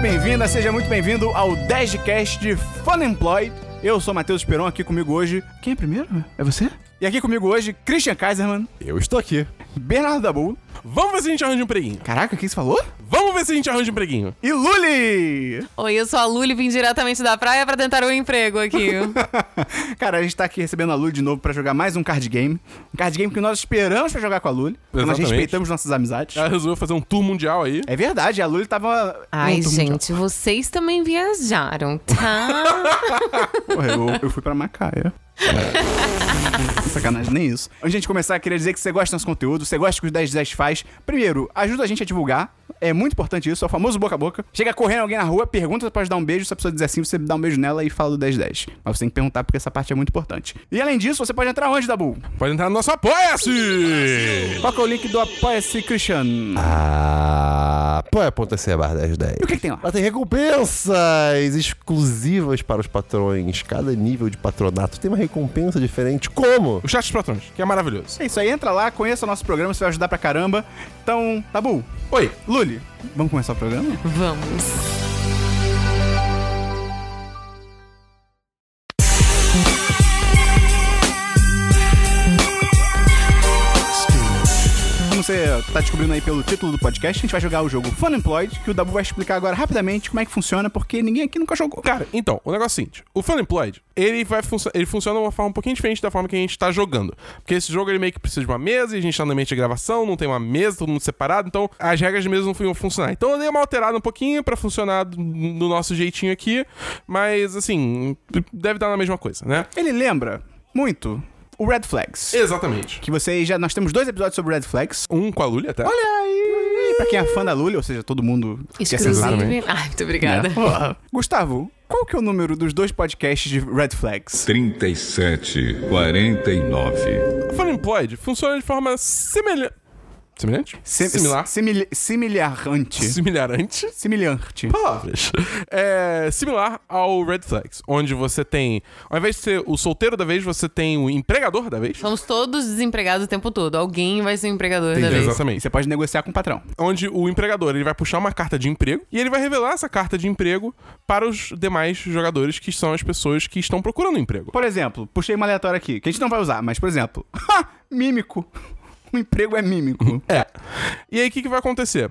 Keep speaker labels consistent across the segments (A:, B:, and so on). A: bem-vinda, seja muito bem-vindo ao 10 de cast de Fun Employed. Eu sou Matheus Esperon, aqui comigo hoje. Quem é primeiro? É você? E aqui comigo hoje, Christian Kaiserman,
B: Eu estou aqui.
A: Bernardo Dabu.
B: Vamos ver se a gente arranja um preguinho.
A: Caraca, o que você falou?
B: Vamos ver se a gente arranja um preguinho.
A: E Luli!
C: Oi, eu sou a Luli, vim diretamente da praia pra tentar um emprego aqui.
A: Cara, a gente tá aqui recebendo a Luli de novo pra jogar mais um card game. Um card game que nós esperamos pra jogar com a Luli. Porque nós
B: Exatamente.
A: respeitamos nossas amizades.
B: Ela resolveu fazer um tour mundial aí.
A: É verdade, a Luli tava.
C: Ai,
A: Não, tô muito-
C: gente, vocês também viajaram, tá?
A: Porra, eu, eu fui pra Macaia. Sacanagem, nem isso. Antes de a gente começar, eu queria dizer que se você gosta do nosso conteúdo, você gosta que os 10 de 10 faz. Primeiro, ajuda a gente a divulgar. É muito importante isso, é o famoso boca a boca. Chega correndo alguém na rua, pergunta se pode dar um beijo. Se a pessoa dizer sim, você dá um beijo nela e fala do 10 de 10. Mas você tem que perguntar porque essa parte é muito importante. E além disso, você pode entrar onde, Dabu?
B: Pode entrar no nosso Apoia-se!
A: Qual que é o link do Apoia-se Christian?
B: Ah.
D: Apoia.se barra 1010.
A: E o que, que tem lá?
D: Lá tem recompensas exclusivas para os patrões. Cada nível de patronato tem uma recompensa diferente. Como?
B: O chat dos patrões, que é maravilhoso.
A: É isso aí, entra lá, conheça o nosso programa, você vai ajudar pra caramba. Então, Dabu,
B: Oi.
A: Luli, vamos começar o programa?
C: Vamos.
A: Como você tá descobrindo aí pelo título do podcast, a gente vai jogar o jogo Fun Employed, que o Dabu vai explicar agora rapidamente como é que funciona, porque ninguém aqui nunca jogou.
B: Cara, então, o negócio é o seguinte: o Fun Employed, ele, vai funcio- ele funciona de uma forma um pouquinho diferente da forma que a gente tá jogando. Porque esse jogo ele meio que precisa de uma mesa e a gente tá no ambiente de gravação, não tem uma mesa, todo mundo separado, então as regras de mesa não iam funcionar. Então eu dei uma alterada um pouquinho pra funcionar do- do nosso jeitinho aqui, mas assim, deve dar na mesma coisa, né?
A: Ele lembra muito o Red Flags.
B: Exatamente.
A: Que vocês já. Nós temos dois episódios sobre Red Flags.
B: Um com a Lully até.
A: Olha aí! Pra quem é fã da Lully, ou seja, todo mundo. que acessar, né?
C: Exclusive. Ai, muito obrigada.
A: Gustavo, qual que é o número dos dois podcasts de Red Flags?
E: 37, 49.
B: Fun Employed funciona de forma semelhante. Semelhante?
A: Sim-
B: Similar.
A: simil- Similarante.
B: Similarante.
A: Similhante.
B: Palavras. É similar ao Red Flags, onde você tem. Ao invés de ser o solteiro da vez, você tem o empregador da vez.
C: Somos todos desempregados o tempo todo. Alguém vai ser o empregador né? da vez.
A: E
B: Exatamente.
A: você pode negociar com o patrão.
B: Onde o empregador ele vai puxar uma carta de emprego e ele vai revelar essa carta de emprego para os demais jogadores, que são as pessoas que estão procurando emprego.
A: Por exemplo, puxei uma aleatória aqui, que a gente não vai usar, mas por exemplo, mímico. O emprego é mímico.
B: É. E aí, o que, que vai acontecer?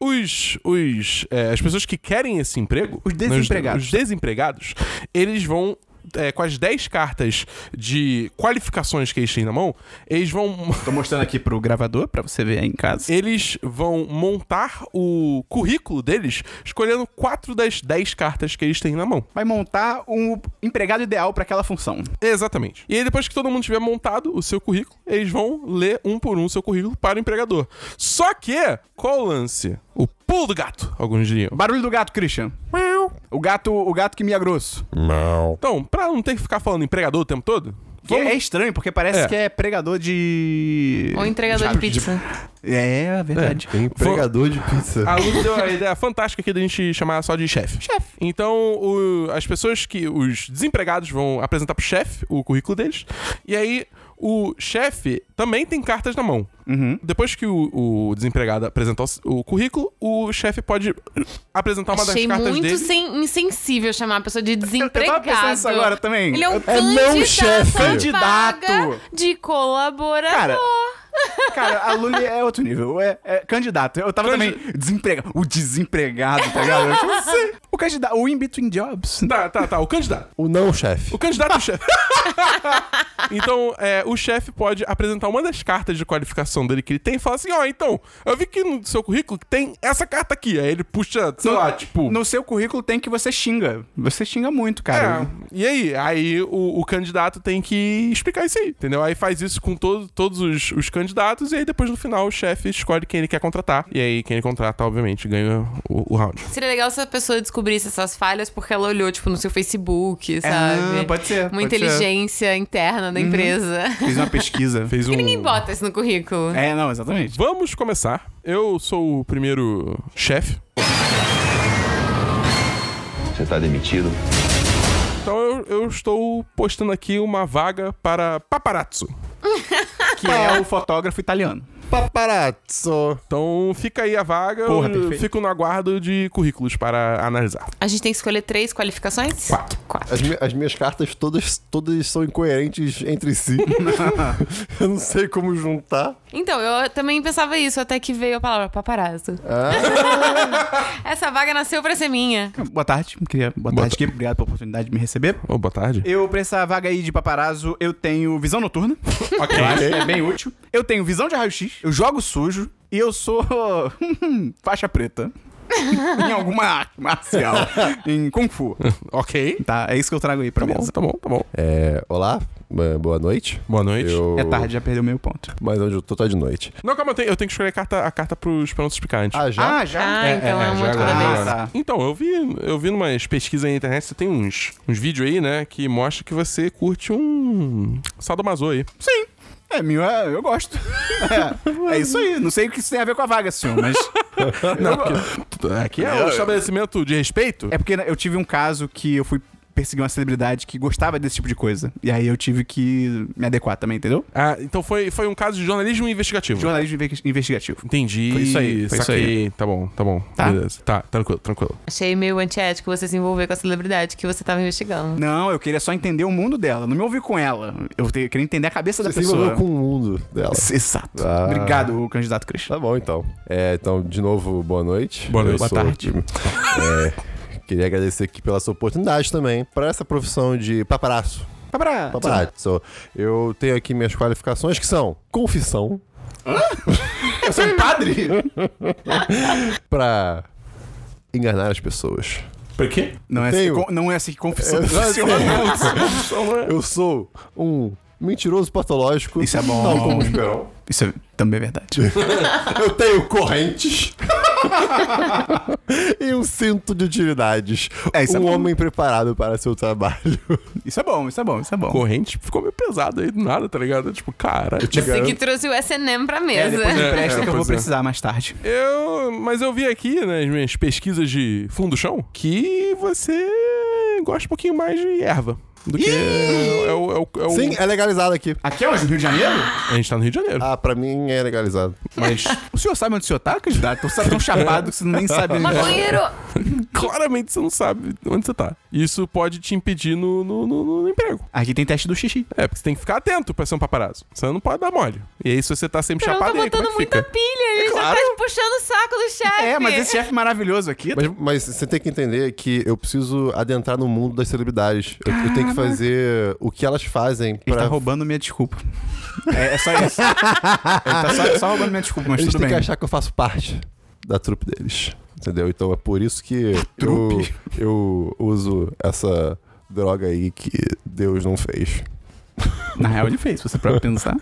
B: Os, os, é, as pessoas que querem esse emprego...
A: Os desempregados.
B: né, Os, os desempregados, eles vão... é, com as 10 cartas de qualificações que eles têm na mão, eles vão...
A: Tô mostrando aqui pro gravador pra você ver aí em casa.
B: Eles vão montar o currículo deles escolhendo quatro das 10 cartas que eles têm na mão.
A: Vai montar um empregado ideal pra aquela função.
B: Exatamente. E aí, depois que todo mundo tiver montado o seu currículo, eles vão ler um por um o seu currículo para o empregador. Só que, qual o lance? O pulo do gato, alguns diriam.
A: Barulho do gato, Christian. O gato, o gato que mia grosso.
D: Não.
B: Então, pra não ter que ficar falando empregador o tempo todo,
A: Que
B: vamos-
A: é estranho, porque parece
B: É.
A: que é pregador de.
C: Ou um entregador de pizza.
A: É, é verdade.
D: Tem empregador de pizza.
B: a Lu deu a ideia fantástica aqui da gente chamar só de chefe. Chefe. Então, o- as pessoas que. Os desempregados vão apresentar pro chefe o currículo deles. E aí. O chefe também tem cartas na mão.
A: Uhum.
B: Depois que o, o desempregado apresentar o, o currículo, o chefe pode apresentar uma
C: Achei
B: das cartas
C: muito
B: dele.
C: sem- insensível chamar a pessoa de
A: Eu tava
C: desempregado.
A: pensando isso agora também.
C: Ele é um
A: Eu-
D: É não chefe.
C: candidato, à
A: Candidato.
C: vaga de colaborador.
A: Cara, Cara, a Lully é outro nível. É, é candidato. Eu tava
B: Candi-
A: também. Desempregado. O desempregado, tá ligado? Eu não sei. O candidato. O in-between jobs.
B: Tá, tá, tá. O candidato.
D: O não chefe.
B: O candidato ao chefe. então, é, o chefe pode apresentar uma das cartas de qualificação dele que ele tem e falar assim: ó, então, eu vi que no seu currículo tem essa carta aqui. Aí ele puxa, sei lá, tipo.
A: No seu currículo tem que você xinga. Você xinga muito,
B: É,
A: cara.
B: e aí? Aí o, o candidato tem que explicar isso aí, entendeu? Aí faz isso com todo, todos os, os candidatos e aí depois no final o chefe escolhe quem ele quer contratar. E aí quem ele contrata, obviamente, ganha o, o round.
C: Seria legal se a pessoa descobrisse essas falhas porque ela olhou, tipo, no seu Facebook, sabe?
A: É, pode ser,
C: Uma
A: pode
C: inteligência interna da empresa.
A: Fiz uma pesquisa.
B: Fez um...
C: Ninguém bota isso no currículo.
A: É, não, exatamente.
B: Vamos começar. Eu sou o primeiro chefe.
F: Você está demitido?
B: Então eu, eu estou postando aqui uma vaga para paparazzo.
A: Que é o fotógrafo italiano.
D: Paparazzo.
B: Então fica aí a vaga.
A: Porra,
B: eu
A: perfeito.
B: fico no aguardo de currículos para analisar.
C: A gente tem que escolher três qualificações?
B: Quatro.
C: Quatro.
D: As, mi- as minhas cartas todas, todas são incoerentes entre si. eu não sei como juntar.
C: Então, eu também pensava isso, até que veio a palavra paparazzo. Essa vaga nasceu pra ser minha.
A: Boa tarde. Queria boa, tarde aqui. Obrigado pela oportunidade de me receber.
B: Ô, boa tarde.
A: Eu, pra essa vaga aí de paparazzo, eu tenho visão noturna.
B: Ok.
A: Eu acho que é bem útil. Eu tenho visão de raio-x, eu jogo sujo e eu sou faixa preta. em alguma arte marcial. em Kung Fu.
B: ok.
A: Tá, é isso que eu trago aí pra
B: Tá bom,
A: mesa.
B: tá bom, tá bom.
D: É, olá, bo- boa noite.
B: Boa noite.
D: Eu...
A: É tarde, já perdeu meio ponto.
D: Mas onde eu tô tá de noite.
B: Não, calma, eu tenho, eu tenho que escolher a carta, a carta pro Esperanto Explicar antes.
D: Ah, já?
A: Ah, já?
C: Ah, então é,
B: já
C: um muito
B: agora,
C: toda vez.
B: já agora.
A: Ah, tá.
B: Então, eu vi, eu vi numas pesquisas aí na internet, você tem uns, uns vídeos aí, né, que mostra que você curte um sadomaso aí.
A: Sim. É, meu, é, eu gosto. É, é isso aí. Não sei o que isso tem a ver com a vaga, senhor, mas.
B: Não, porque aqui é um estabelecimento de respeito.
A: É porque eu tive um caso que eu fui perseguir uma celebridade que gostava desse tipo de coisa. E aí eu tive que me adequar também, entendeu?
B: Ah, então foi, foi um caso de jornalismo investigativo.
A: Jornalismo inve- investigativo.
B: Entendi.
A: Foi isso aí, foi isso
B: saquei. Tá bom, tá bom.
A: Tá.
B: Beleza. Tá, tranquilo, tranquilo.
C: Achei meio antiético você se envolver com a celebridade que você tava investigando.
A: Não, eu queria só entender o mundo dela. Não me ouvi com ela. Eu te- queria entender a cabeça da
D: Você se
A: é pessoa.
D: envolveu com o mundo dela.
A: Exato.
D: Ah.
A: Obrigado, candidato Cris.
D: Tá bom, então. É, então, de novo, boa noite.
B: Boa
D: Eu
B: noite.
A: Boa tarde.
D: É, queria agradecer aqui pela sua oportunidade também. Para essa profissão de paparazzo.
A: Pra...
D: Paparazzo. Eu tenho aqui minhas qualificações que são confissão
A: Eu sou um padre?
D: pra enganar as pessoas.
B: Por quê?
A: Não é,
D: Eu
A: assim,
D: tenho.
A: con- não é assim que confissão
D: Eu assim. não
A: funciona.
D: Eu sou um mentiroso patológico.
A: Isso é bom.
D: Tal como o Esperon.
A: Isso é- também é verdade.
D: Eu tenho correntes. e um cinto de utilidades.
A: É, isso é
D: um
A: bom.
D: homem preparado para seu trabalho.
A: Isso é bom, isso é bom, isso é bom.
B: Corrente ficou meio pesado aí do nada, tá ligado? Tipo, cara.
C: Você que trouxe o SNM pra
A: É,
C: mesa.
A: depois me
B: É,
A: presta
B: é,
A: que eu vou
B: pois é.
A: precisar mais tarde.
B: Eu. Mas eu vi aqui nas minhas pesquisas de fundo do chão que você gosta um pouquinho mais de erva. Do que. É o, é
A: Um
B: o- é o-
D: Sim, é legalizado aqui.
A: Aqui é onde? No Rio de Janeiro?
B: A gente tá no Rio de Janeiro.
D: Ah, pra mim é legalizado.
A: Mas o senhor sabe onde o senhor tá, candidato? Você tá tão chapado que você nem sabe. é.
C: Maconheiro!
B: Claramente você não sabe onde você tá. Isso pode te impedir no, no, no- no emprego.
A: Aqui tem teste do xixi.
B: É, porque você tem que ficar atento pra ser um paparazzo. Você não pode dar mole. E aí, se você tá sempre
C: Não tá
B: chapado, e aí, como é
C: botando
B: que
C: muita
B: fica?
C: pilha, ele
B: claro.
C: já tá puxando o saco do chefe.
A: É, mas esse chefe maravilhoso aqui.
D: Mas, mas você tem que entender que eu preciso adentrar no mundo das celebridades. Eu, eu tenho que fazer o que elas fazem
A: Ele
D: pra.
A: tá roubando minha desculpa. É, é só isso. Ele tá só, só roubando minha desculpa, mas
D: Eles
A: tudo
D: têm
A: bem.
D: que achar que eu faço parte da trupe deles. Entendeu? Então é por isso que eu,
A: trupe.
D: eu uso essa droga aí que Deus não fez.
A: Na real, ele fez, se você pra pensar.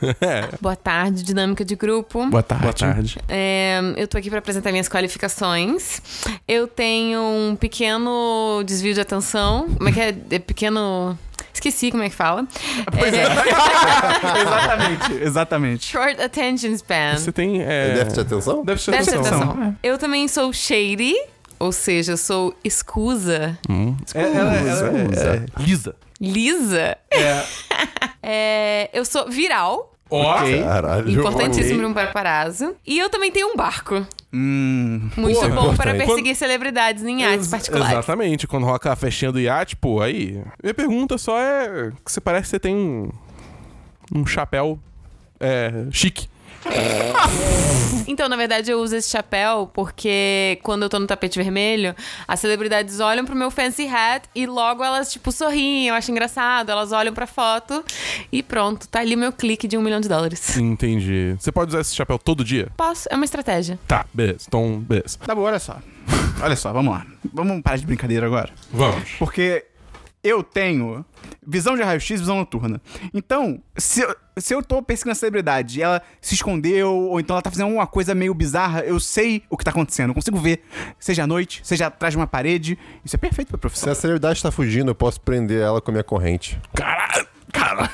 C: Boa tarde, dinâmica de grupo.
A: Boa tarde.
B: Boa tarde.
C: É, eu tô aqui pra apresentar minhas qualificações. Eu tenho um pequeno desvio de atenção. Como é que é? É pequeno. Esqueci como é que fala. É,
B: é.
A: exatamente, exatamente.
C: Short attention span.
B: Você É. tem. É...
D: Deve ter atenção?
B: Deve ter
C: Presta
B: atenção.
C: atenção.
A: atenção.
C: Eu também sou shady, ou seja, sou escusa,
A: É, ela- ela-
D: É.
B: Lisa.
C: lisa. É, eu sou viral,
B: Ó.
A: Ok.
D: Caralho.
C: importantíssimo para um paparazzo. E eu também tenho um barco.
A: Hum,
C: Muito
B: Porra,
C: bom para
B: importante.
C: perseguir celebridades em artes
B: Ex-
C: particulares.
B: Exatamente, quando rola a festinha do iate, pô, aí. Minha pergunta só é que você parece que você tem um. um chapéu. É. chique.
C: Então, na verdade, eu uso esse chapéu porque quando eu tô no tapete vermelho, as celebridades olham pro meu fancy hat e logo elas, tipo, sorriem, eu acho engraçado, elas olham pra foto e pronto, tá ali o meu clique de um milhão de dólares.
B: Entendi. Você pode usar esse chapéu todo dia?
C: Posso? É uma estratégia.
B: Tá, beleza. Então, beleza.
A: tá bom, olha só. Olha só, vamos lá. Vamos parar de brincadeira agora.
B: Vamos.
A: Porque eu tenho visão de raio-x e visão noturna. Então, se eu, se eu tô pesquisando a celebridade e ela se escondeu, ou então ela tá fazendo alguma coisa meio bizarra, eu sei o que tá acontecendo, eu consigo ver. Seja à noite, seja atrás de uma parede. Isso é perfeito pra
D: Se
A: profissão.
D: a celebridade tá fugindo, eu posso prender ela com a minha corrente.
B: Caralho! Cara,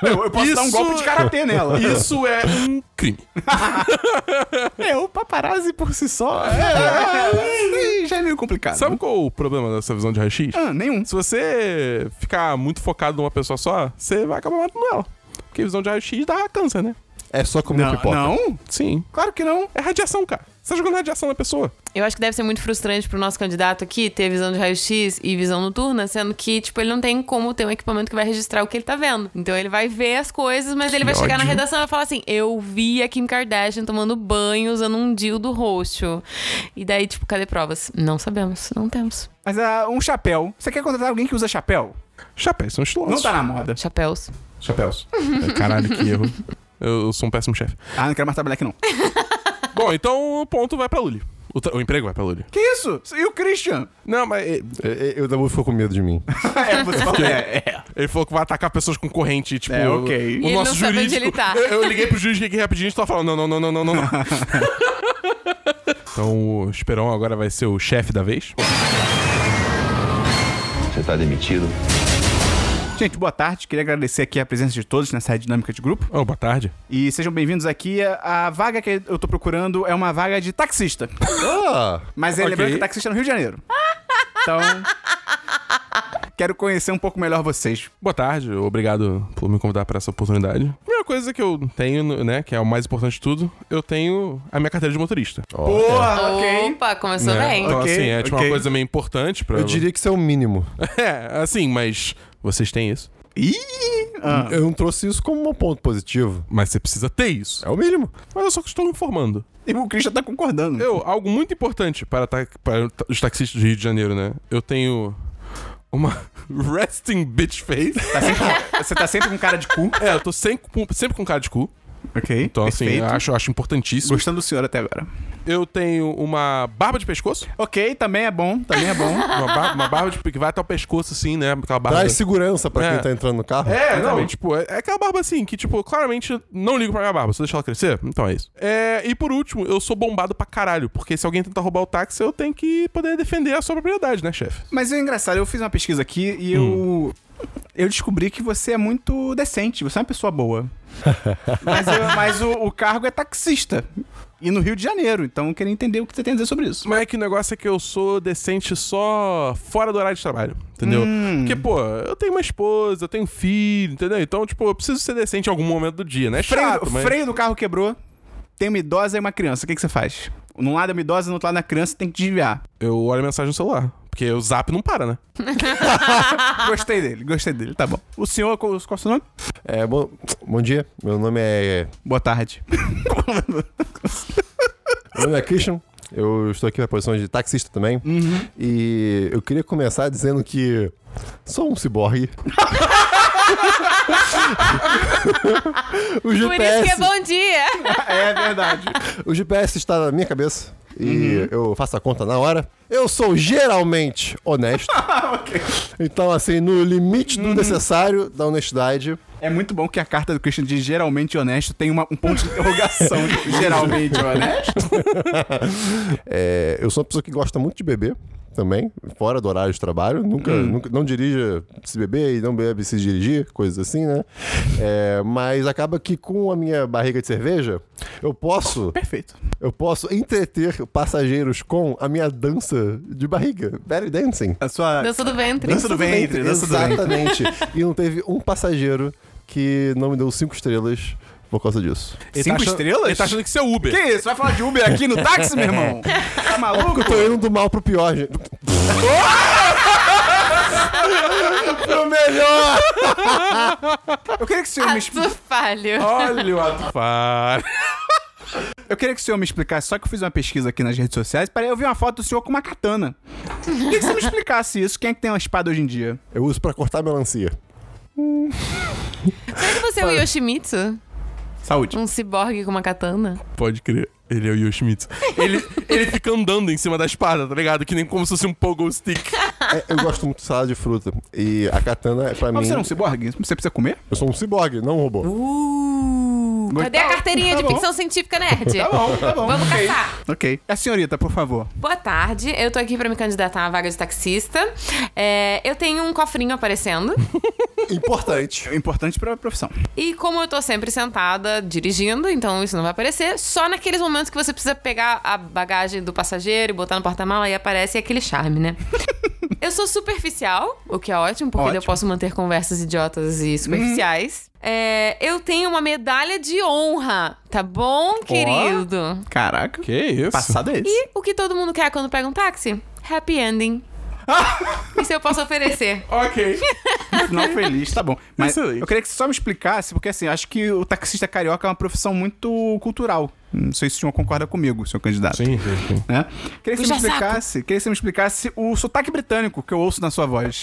A: Eu, eu posso dar um
B: é Isso
A: golpe de karatê nela.
B: isso é um crime.
A: É, o paparazzi por si só. É, é, já é meio complicado.
B: Sabe qual o problema dessa visão de raio-x?
A: Ah, nenhum.
B: Se você ficar muito focado numa pessoa só, você vai acabar matando ela. Porque visão de raio-x dá câncer, né?
D: É só comer
A: Não,
D: pipoca.
A: não?
B: Sim.
A: Claro que não.
B: É radiação, cara. Você tá jogando radiação na pessoa.
C: Eu acho que deve ser muito frustrante pro nosso candidato aqui ter visão de raio-x e visão noturna, sendo que, tipo, ele não tem como ter um equipamento que vai registrar o que ele tá vendo. Então ele vai ver as coisas, mas ele vai chegar na
B: ódio.
C: redação e vai falar assim: Eu vi a Kim Kardashian tomando banho usando um dildo roxo. E daí, tipo, cadê provas? Não sabemos, não temos.
A: Mas ah, um chapéu. Você quer contratar alguém que usa chapéu?
B: Chapéus são estilosos.
A: Não tá na moda.
C: Chapéus.
B: Chapéus. um É, Caralho, que erro. Eu, eu sou um péssimo chefe.
A: Ah, não quero mais trabalhar aqui não.
B: Bom, então o ponto vai pra Lully. O, tra- o emprego vai pra Lully.
A: Que isso? E o Christian?
B: Não, mas é,
D: É, é, O Dabu ficou com medo de mim.
A: é, você falou. É, é.
B: ele falou que vai atacar pessoas com corrente, tipo...
A: É, ok. E
B: O, o
C: ele
B: nosso
C: não sabe onde
B: jurídico...
C: ele tá.
B: Eu, eu liguei pro juiz aqui rapidinho e tava falando, não, não, não, não, não, não, não. então o Esperão agora vai ser o chefe da vez.
F: Você está demitido.
A: Gente, boa tarde. Queria agradecer aqui a presença de todos nessa dinâmica de grupo.
B: Oh, boa tarde.
A: E sejam bem-vindos aqui. A a vaga que eu tô procurando é uma vaga de taxista.
D: Ah,
A: Mas é
B: Ok.
A: lembrando que taxista é no Rio de Janeiro. Então. Quero conhecer um pouco melhor vocês.
B: Boa tarde, obrigado por me convidar para essa oportunidade. A primeira coisa que eu tenho, né, que é o mais importante de tudo, eu tenho a minha carteira de motorista. É.
A: Porra, Ah, ok.
C: Opa, começou
B: Né?
C: bem.
B: Então,
A: Ok,
B: assim, é tipo
A: ok.
B: uma coisa meio importante pra.
D: eu diria que isso é o mínimo.
B: É, assim, mas vocês têm isso.
A: Ih! Ah.
D: Eu não trouxe isso como um ponto positivo.
B: Mas você precisa ter isso.
D: É o mínimo.
B: Mas eu só estou informando.
A: E o Christian tá concordando.
B: Eu, algo muito importante para, ta- para ta- os taxistas do Rio de Janeiro, né? Eu tenho uma resting bitch face.
A: Tá sempre- você tá sempre com cara de cu.
B: É, eu tô sempre, com- sempre com cara de cu.
A: Ok.
B: Então, assim, eu acho, acho importantíssimo.
A: Gostando do senhor até agora.
B: Eu tenho uma barba de pescoço.
A: Ok, também é bom, também é bom.
B: Uma barba, uma barba de, que vai até o pescoço, assim, né? Aquela barba.
D: Traz segurança pra
B: É.
D: quem tá entrando no carro.
B: É, não,
A: Exatamente.
B: tipo, é, é aquela barba assim, que, tipo, claramente não ligo pra minha barba, só deixar ela crescer. Então é isso. É, e por último, eu sou bombado pra caralho, porque se alguém tentar roubar o táxi, eu tenho que poder defender a sua propriedade, né, chefe?
A: Mas é engraçado, eu fiz uma pesquisa aqui e eu. Eu descobri que você é muito decente, você é uma pessoa boa. mas eu- mas o, o cargo é taxista. E no Rio de Janeiro, então eu queria entender o que você tem a dizer sobre isso.
B: Mas é que o negócio é que eu sou decente só fora do horário de trabalho, entendeu? Porque, pô, eu tenho uma esposa, eu tenho um filho, entendeu? Então, tipo, eu preciso ser decente em algum momento do dia, né? É
A: freio,
B: chato, mas...
A: freio do carro quebrou, tem uma idosa e uma criança. O que, que você faz? Num lado é uma idosa, no outro lado é uma criança, tem que desviar.
B: Eu olho a mensagem no celular, porque o zap não para, né?
A: Gostei dele, gostei dele, tá bom. O senhor, qual, qual é o seu nome?
D: É, bom, bom dia. Meu nome é.
A: Boa tarde.
D: Meu nome é Christian. Eu estou aqui na posição de taxista também.
B: Uhum.
D: E eu queria começar dizendo que sou um ciborgue. o
C: Por isso
D: GPS,
C: que é bom dia.
A: é verdade.
D: o GPS está na minha cabeça
B: Uhum.
D: e eu faço a conta na hora. Eu sou geralmente honesto. Então, assim, no limite
B: Uhum.
D: do necessário da honestidade,
A: É muito bom que a carta do Christian de geralmente honesto tem uma- um ponto de interrogação de geralmente né? honesto.
D: É, eu sou uma pessoa que gosta muito de beber também, fora do horário de trabalho. Nunca,
A: Hum.
D: nunca não dirige se beber e não bebe se dirigir, coisas assim, né? É, mas acaba que com a minha barriga de cerveja, eu posso,
A: É Perfeito.
D: eu posso entreter passageiros com a minha dança de barriga, belly dancing.
A: A sua
C: Dança do ventre.
A: Dança do ventre, dança do ventre.
D: Exatamente. e não teve um passageiro que não me deu cinco estrelas por causa disso.
B: Ele
A: Cinco
B: achando-
A: estrelas?
B: Ele tá achando que isso é Uber.
A: Que isso? Vai falar de Uber aqui no táxi, meu irmão? Tá maluco?
D: Eu tô indo do mal pro pior, gente. pro melhor!
A: Eu queria que o senhor me expli-
C: Ato falho.
B: Olha o ato falho.
A: Eu queria que o senhor me explicasse, só que eu fiz uma pesquisa aqui nas redes sociais, parei, eu vi uma foto do senhor com uma katana. Eu queria que você me explicasse isso. Quem é que tem uma espada hoje em dia?
D: Eu uso pra cortar melancia.
C: Será que você é o Yoshimitsu?
A: Saúde.
C: Um ciborgue com uma katana?
B: Pode crer. Ele é o Yoshimitsu. Ele, ele fica andando em cima da espada, tá ligado? Que nem como se fosse um pogo stick.
D: É, eu gosto muito de salada de fruta. E a katana, é pra mim.
A: Mas você não é um ciborgue? Você precisa comer?
D: Eu sou um ciborgue, não um robô.
C: Uh, cadê a carteirinha de
A: tá bom.
C: ficção científica nerd?
A: Tá bom, tá bom.
C: Vamos
A: ok.
C: caçar.
A: Ok. A senhorita, por favor.
C: Boa tarde, eu tô aqui pra me candidatar à vaga de taxista. É, eu tenho um cofrinho aparecendo.
D: Importante.
A: É importante pra profissão.
C: e como eu tô sempre sentada dirigindo, então isso não vai aparecer. Só naqueles momentos que você precisa pegar a bagagem do passageiro e botar no porta-mala e aparece aquele charme, né? eu sou superficial, o que é ótimo, porque
A: Ótimo. Uhum.
C: eu posso manter conversas idiotas e superficiais. É, eu tenho uma medalha de honra, tá bom, querido?
A: Caraca.
B: Que isso?
A: Passado é esse.
C: E o que todo mundo quer quando pega um táxi? Happy ending. Isso eu posso oferecer.
B: Ok.
A: Final feliz, tá bom. Mas
B: Excelente.
A: eu queria que você só me explicasse, porque assim, eu acho que o taxista carioca é uma profissão muito cultural. Não sei se o senhor concorda comigo, seu candidato.
B: Sim, sim, sim.
A: Né? Queria que você me
C: Puxa saco.
A: explicasse, queria que você me explicasse o sotaque britânico que eu ouço na sua voz.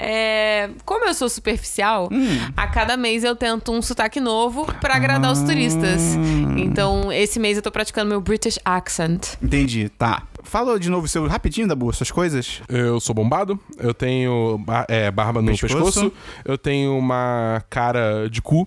C: É, como eu sou superficial, a cada mês eu tento um sotaque novo pra agradar os turistas. Então, esse mês eu tô praticando meu British accent.
A: Entendi, tá. Fala de novo seu rapidinho da boa, suas coisas.
B: Eu sou bombado, eu tenho ba- é, barba no
A: Pescoço.
B: pescoço. eu tenho uma cara de cu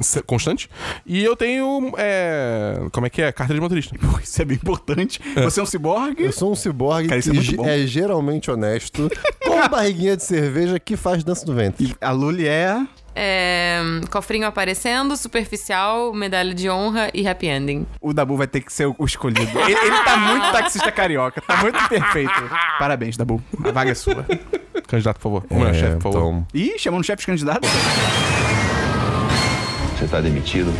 B: se- constante, e eu tenho. é, como é que é? Carteira de motorista.
A: Pô, Isso é bem importante. Você é um ciborgue?
D: Eu sou um ciborgue
A: Cara, isso é
D: que
A: muito
D: ge-
A: bom.
D: é, geralmente honesto, com barriguinha de cerveja que faz dança do ventre.
A: E a Lully é.
C: É, cofrinho aparecendo, superficial, medalha de honra e happy ending.
A: O Dabu vai ter que ser o o escolhido. Ele, ele tá muito taxista carioca, tá muito perfeito. Parabéns, Dabu. A vaga é sua.
B: Candidato, por favor. Ou meu chefe, por favor.
D: então,
A: Ih, chamando chefe de candidato.
F: Você está demitido.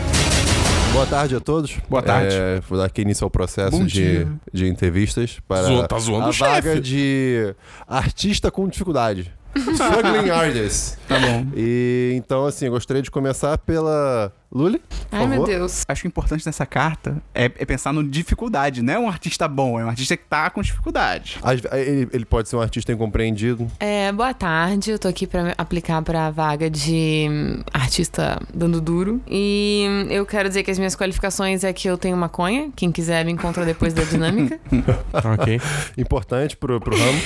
D: boa tarde a todos.
B: Boa tarde.
D: É, vou dar aqui início ao processo
A: Bom
D: de,
A: dia.
D: de entrevistas para
B: Zo- tá zoando
D: a
B: o chefe.
D: vaga de artista com dificuldade. Struggling artist.
A: Tá bom.
D: E então, assim, eu gostaria de começar pela Luli. por
C: Ai, meu
D: favor.
C: Deus.
A: Acho que o importante nessa carta é, é pensar no dificuldade, não é um artista bom, é um artista que tá com dificuldade.
D: Às ve- Ele, ele pode ser um artista incompreendido.
C: É, boa tarde, eu tô aqui pra me aplicar pra vaga de hum, artista dando duro. E hum, eu quero dizer que as minhas qualificações é que eu tenho maconha, quem quiser me encontra depois da dinâmica.
B: então. Ok.
D: Importante pro, pro ramo.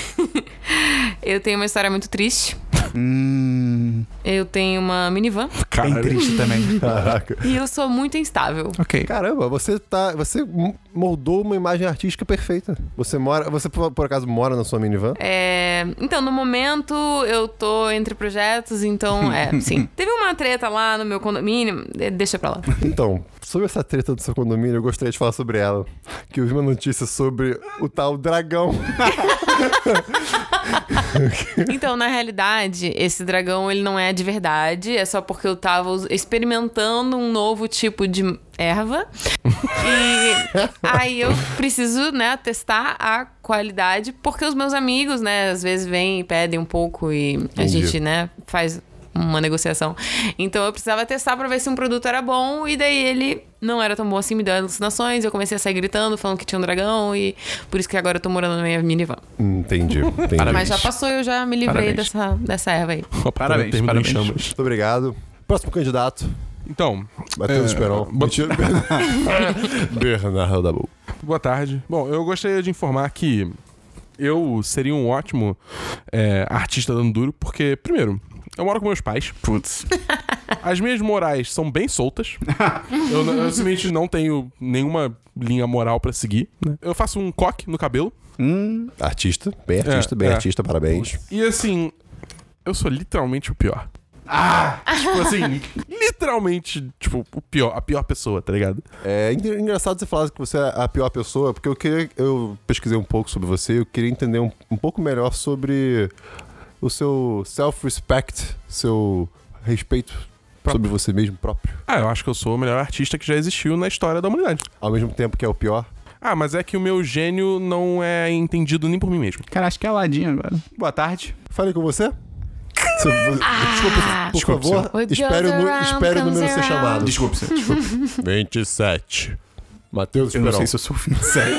C: Eu tenho uma história muito triste.
A: Hum.
C: Eu tenho uma minivan
A: Bem triste também.
D: Caraca.
C: e eu sou muito instável.
A: ok.
D: Caramba, você tá. Você m- moldou uma imagem artística perfeita. Você mora. Você por, por acaso mora na sua minivan?
C: É, então, no momento eu tô entre projetos, então é, sim. Teve uma treta lá no meu condomínio, de- deixa pra lá.
D: Então, sobre essa treta do seu condomínio, eu gostaria de falar sobre ela. Que eu vi uma notícia sobre o tal dragão.
C: Então, na realidade, esse dragão ele não é de verdade, é só porque eu tava us- experimentando um novo tipo de erva. E aí eu preciso, né, testar a qualidade, porque os meus amigos, né, às vezes vêm e pedem um pouco e a
D: Entendi.
C: gente, né, faz uma negociação. Então eu precisava testar pra ver se um produto era bom e daí ele não era tão bom assim, me deu alucinações, eu comecei a sair gritando, falando que tinha um dragão e por isso que agora eu tô morando na minha minivan.
D: Entendi. entendi.
C: Mas já passou, eu já me livrei
A: Parabéns.
C: dessa, dessa erva aí.
A: Parabéns,
B: Terminou em
A: parabéns.
B: um chamas.
D: Muito obrigado. Próximo candidato,
B: Então,
D: Matheus
B: É,
D: Esperon.
B: bot-
D: Mentira. Bernardo Dabu.
B: Boa tarde. Bom, eu gostaria de informar que eu seria um ótimo é, artista dando duro, porque, primeiro, eu moro com meus pais.
A: Putz.
B: As minhas morais são bem soltas. eu, n- eu simplesmente não tenho nenhuma linha moral pra seguir. né? Eu faço um coque no cabelo.
D: Artista, bem
B: É,
D: artista, bem
B: é.
D: artista, parabéns.
B: E assim, eu sou literalmente o pior. Ah! Tipo assim, literalmente, tipo, o pior, a pior pessoa, tá ligado?
D: É en- engraçado você falar que você é a pior pessoa, porque eu queria. Eu pesquisei um pouco sobre você, eu queria entender um, um pouco melhor sobre o seu self-respect, seu respeito sobre você mesmo próprio.
B: Ah, eu acho que eu sou o melhor artista que já existiu na história da humanidade.
D: Ao mesmo tempo que é o pior.
B: Ah, mas é que o meu gênio não é entendido nem por mim mesmo.
A: Cara, acho que é ladinho agora. Boa tarde.
D: Falei com você? Se-
C: Ah!
D: Desculpa, por
B: Desculpa,
D: favor,
C: senhor.
D: espere o, nu- espere o número ser chamado.
A: Desculpe, senhor.
D: 27. Matheus
A: Eu não sei
D: Esperão.
A: se eu sou sério.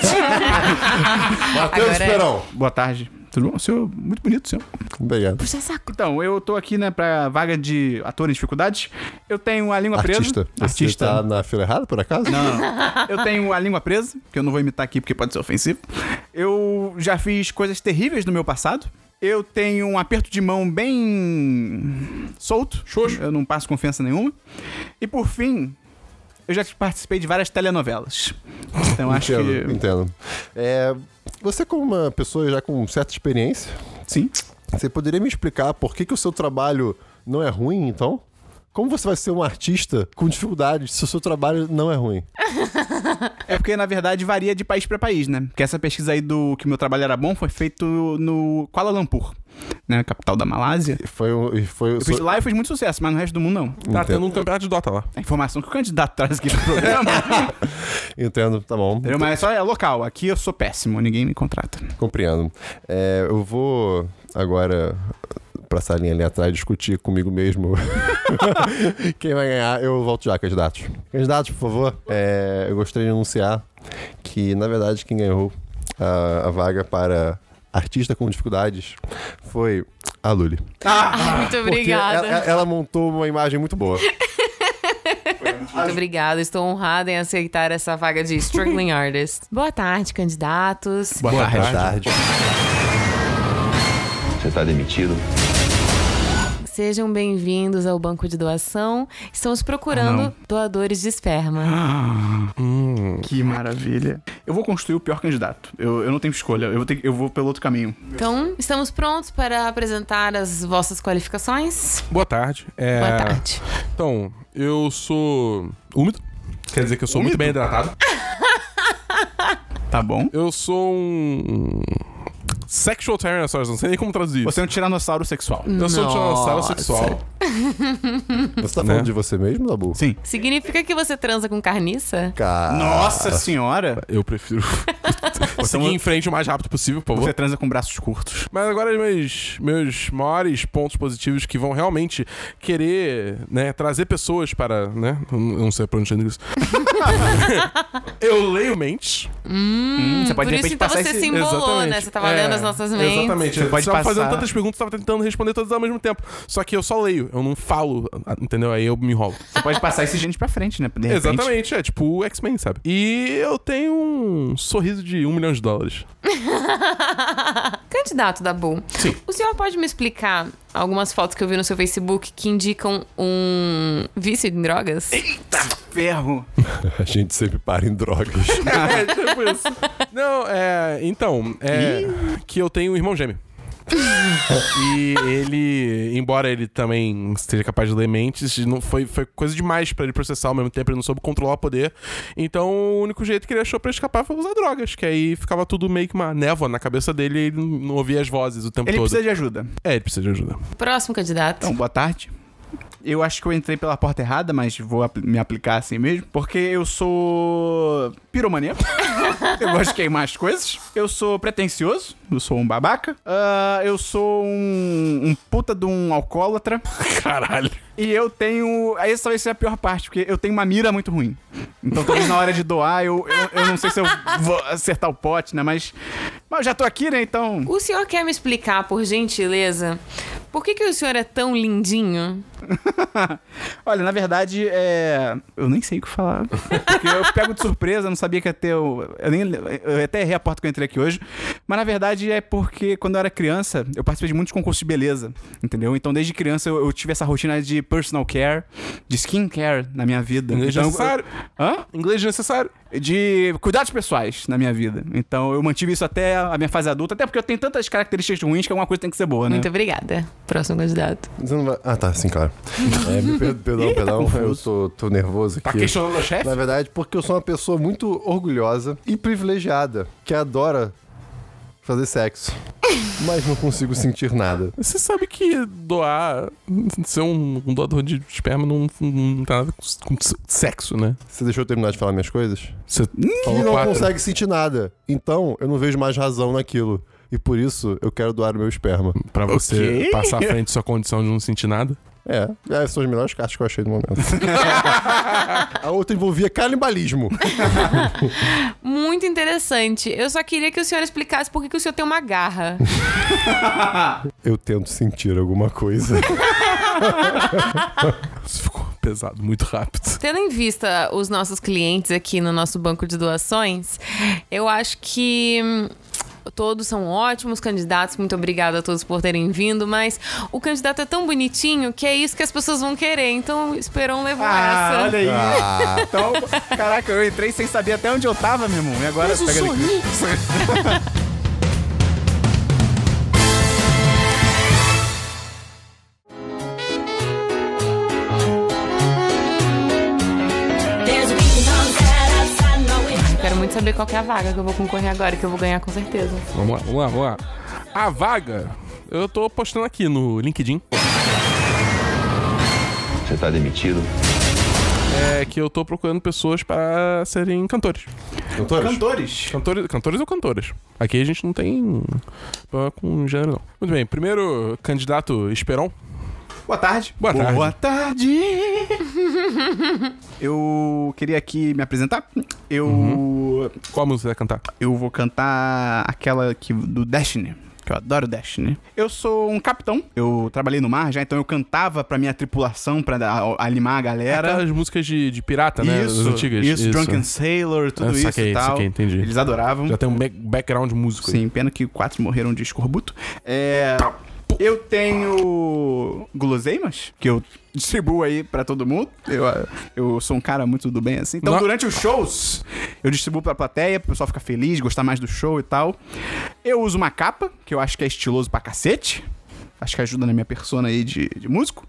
D: Matheus
C: Agora é-
D: Esperão.
A: Boa tarde. Tudo bom? Senhor, muito bonito, senhor.
D: Obrigado.
C: Puxa saco.
A: Então, eu tô aqui, né, pra vaga de ator em dificuldades. Eu tenho a língua
D: Artista.
A: presa.
D: Você tá na fila errada, por acaso?
A: Eu tenho a língua presa, que eu não vou imitar aqui porque pode ser ofensivo. Eu já fiz coisas terríveis no meu passado. Eu tenho um aperto de mão bem solto.
B: Xoxo.
A: Eu não passo confiança nenhuma. E por fim, eu já participei de várias telenovelas. Então acho
D: Entendo,
A: que.
D: entendo. É, você, como uma pessoa já com certa experiência,
A: Sim.
D: você poderia me explicar por que, que o seu trabalho não é ruim, então? Como você vai ser um artista com dificuldade se o seu trabalho não é ruim?
A: É porque, na verdade, varia de país pra país, né? Porque essa pesquisa aí do que meu trabalho era bom foi feito no Kuala Lumpur, né? Capital da Malásia.
D: E Foi um. e Foi,
A: Eu fiz lá e fez muito sucesso, mas no resto do mundo não.
B: Tá
D: Entendo.
B: tendo um campeonato de Dota lá.
A: É a informação que o candidato traz aqui pro programa.
D: Entendo, tá bom.
A: entendeu? Mas só é local. Aqui eu sou péssimo, ninguém me contrata.
D: Compreendo. É, eu vou agora pra salinha ali atrás discutir comigo mesmo quem vai ganhar. Eu volto já, candidatos. Candidatos, por favor. É, eu gostaria de anunciar que, na verdade, quem ganhou a, a vaga para artista com dificuldades foi a Lully.
C: Muito
D: Porque é,
C: obrigada.
D: ela, ela montou uma imagem muito boa.
C: Muito obrigada, estou honrada em aceitar essa vaga de Struggling Artist. Boa tarde, candidatos.
A: Boa, tarde.
D: tarde.
F: Você está demitido.
C: Sejam bem-vindos ao banco de doação. Estamos procurando doadores de esperma.
A: Que maravilha. Eu vou construir o pior candidato. Eu, eu não tenho escolha. Eu vou, ter, que- eu vou pelo outro caminho.
C: Então, estamos prontos para apresentar as vossas qualificações.
B: Boa tarde. É,
C: Boa tarde.
B: Então, eu sou úmido. Quer dizer que eu sou muito bem hidratado.
A: Tá bom?
B: Eu sou um. Sexual Tyrannosaurus, não sei nem como traduzir isso.
A: Você é um tiranossauro sexual.
B: Eu sou um tiranossauro
C: Nossa.
B: sexual.
D: Você tá falando
B: Né?
D: de você mesmo, Dabu?
A: Sim.
C: Significa que você transa com carniça?
A: Ah.
D: Cara,
A: Nossa senhora!
B: Eu prefiro seguir em frente o mais rápido possível, por
A: Você
B: favor.
A: transa com braços curtos.
B: Mas agora meus, meus maiores pontos positivos que vão realmente querer né, trazer pessoas para. Né, eu não sei pronunciando isso. eu leio mentes.
A: Hum, você pode
C: Por
A: de
C: isso
A: repente
C: então
A: passar
C: você
A: esse...
C: se embolou,
B: Exatamente.
C: né? Você tava
B: É,
C: lendo as nossas mentes.
B: Exatamente.
A: Você
B: Você
A: pode
B: tava
A: passar.
B: fazendo tantas perguntas, tava tentando responder todas ao mesmo tempo. Só que eu só leio, eu não falo, entendeu? Aí eu me enrolo.
A: Você pode passar esse gente pra frente, né? De repente.
B: Exatamente, é tipo o X-Men, sabe? E eu tenho um sorriso de um milhão de dólares.
C: Candidato da Bu, o senhor pode me explicar algumas fotos que eu vi no seu Facebook que indicam um vício em drogas?
A: Ferro.
D: a gente sempre para em drogas.
B: é, tipo isso. Não, é. Então, é. Que eu tenho um irmão gêmeo. e ele, embora ele também esteja capaz de ler mentes, não foi, foi coisa demais pra ele processar ao mesmo tempo, ele não soube controlar o poder. Então, o único jeito que ele achou pra escapar foi usar drogas, que aí ficava tudo meio que uma névoa na cabeça dele e ele não ouvia as vozes o tempo
A: Ele
B: todo.
A: precisa de ajuda.
B: É, ele precisa de ajuda.
C: Próximo candidato.
A: Então, boa tarde. Eu acho que eu entrei pela porta errada, mas vou apl- me aplicar assim mesmo. Porque eu sou piromaníaco. eu gosto de queimar as coisas. Eu sou pretencioso. Eu sou um babaca. Ah, eu sou um, um puta de um alcoólatra.
B: Caralho.
A: E eu tenho. aí Essa talvez seja a pior parte, porque eu tenho uma mira muito ruim. Então talvez na hora de doar, eu, eu, eu não sei se eu vou acertar o pote, né? Mas. Mas eu já tô aqui, né? Então.
C: O senhor quer me explicar, por gentileza, por que, que o senhor é tão lindinho?
A: Olha, na verdade, é. Eu nem sei o que falar. Porque eu pego de surpresa, não sabia que ia ter. o- Eu, nem... eu até errei a porta que eu entrei aqui hoje. Mas na verdade é porque quando eu era criança, eu participei de muitos concursos de beleza, entendeu? Então desde criança eu, eu tive essa rotina de personal care, de skincare na minha vida.
B: Inglês
A: Então, eu-
B: necessário.
A: Hã?
B: Inglês necessário.
A: de cuidados pessoais na minha vida. Então eu mantive isso até a minha fase adulta, até porque eu tenho tantas características ruins que alguma coisa tem que ser boa, né?
C: Muito obrigada. Próximo candidato.
D: Você não vai- Ah, tá, sim, claro. tá É, me per- perdão, perdão, eu tô, tô nervoso
B: Tá
D: aqui.
B: questionando o chefe?
D: Na verdade, porque eu sou uma pessoa muito orgulhosa e privilegiada, que adora fazer sexo. Mas não consigo sentir nada.
B: Você sabe que doar, ser um, um doador de esperma não, não tem nada com, com sexo, né?
D: Você deixou eu terminar de falar minhas coisas?
B: Você
D: E
B: falou
D: não
B: quatro.
D: consegue sentir nada. Então, eu não vejo mais razão naquilo. E por isso, eu quero doar o meu esperma.
B: Pra você
A: Ok.
B: passar à frente de sua condição de não sentir nada.
D: É, essas são as melhores cartas que eu achei no momento. A outra envolvia canibalismo.
C: Muito interessante. Eu só queria que o senhor explicasse por que, que o senhor tem uma garra.
D: Eu tento sentir alguma coisa.
B: Isso ficou pesado muito rápido.
C: Tendo em vista os nossos clientes aqui no nosso banco de doações, eu acho que. hum, Todos são ótimos candidatos, muito obrigada a todos por terem vindo, mas o candidato é tão bonitinho que é isso que as pessoas vão querer, então esperam levar
A: Ah,
C: essa.
A: olha aí.
B: Ah.
A: Então, caraca, eu entrei sem saber até onde eu tava, meu irmão. E agora pega ele aqui.
C: muito saber qual que é a vaga que eu vou concorrer agora, que eu vou ganhar com certeza.
B: Vamos lá, vamos lá, vamos lá. A vaga, eu tô postando aqui no LinkedIn,
F: Você está demitido.
B: é que eu tô procurando pessoas pra serem cantores.
D: Cantores?
A: Cantores.
B: Cantores, cantores ou cantoras? Aqui a gente não tem problema com gênero, não. Muito bem, primeiro candidato Esperon.
A: Boa tarde.
B: Boa tarde.
A: Boa tarde. Eu queria aqui me apresentar. Eu
B: Qual música você vai cantar?
A: eu vou cantar aquela que do Destiny. Que eu adoro Destiny. Eu sou um capitão. Eu trabalhei no mar já, então eu cantava pra minha tripulação, pra dar- animar a galera.
B: É Aquelas músicas de, de pirata, né? das
A: Isso,
B: antigas.
A: isso, Drunken Sailor, tudo
B: Ah,
A: isso
B: saquei,
A: e tal.
B: saquei, entendi.
A: Eles adoravam.
B: Já tem um back- background músico. aí.
A: Sim, pena que quatro morreram de escorbuto. É, Eu tenho guloseimas, que eu distribuo aí pra todo mundo. Eu, eu sou um cara muito do bem assim. Então,
B: Não.
A: durante os shows, eu distribuo pra plateia, pro pessoal ficar feliz, gostar mais do show e tal. Eu uso uma capa, que eu acho que é estiloso pra cacete. Acho que ajuda na minha persona aí de, de músico.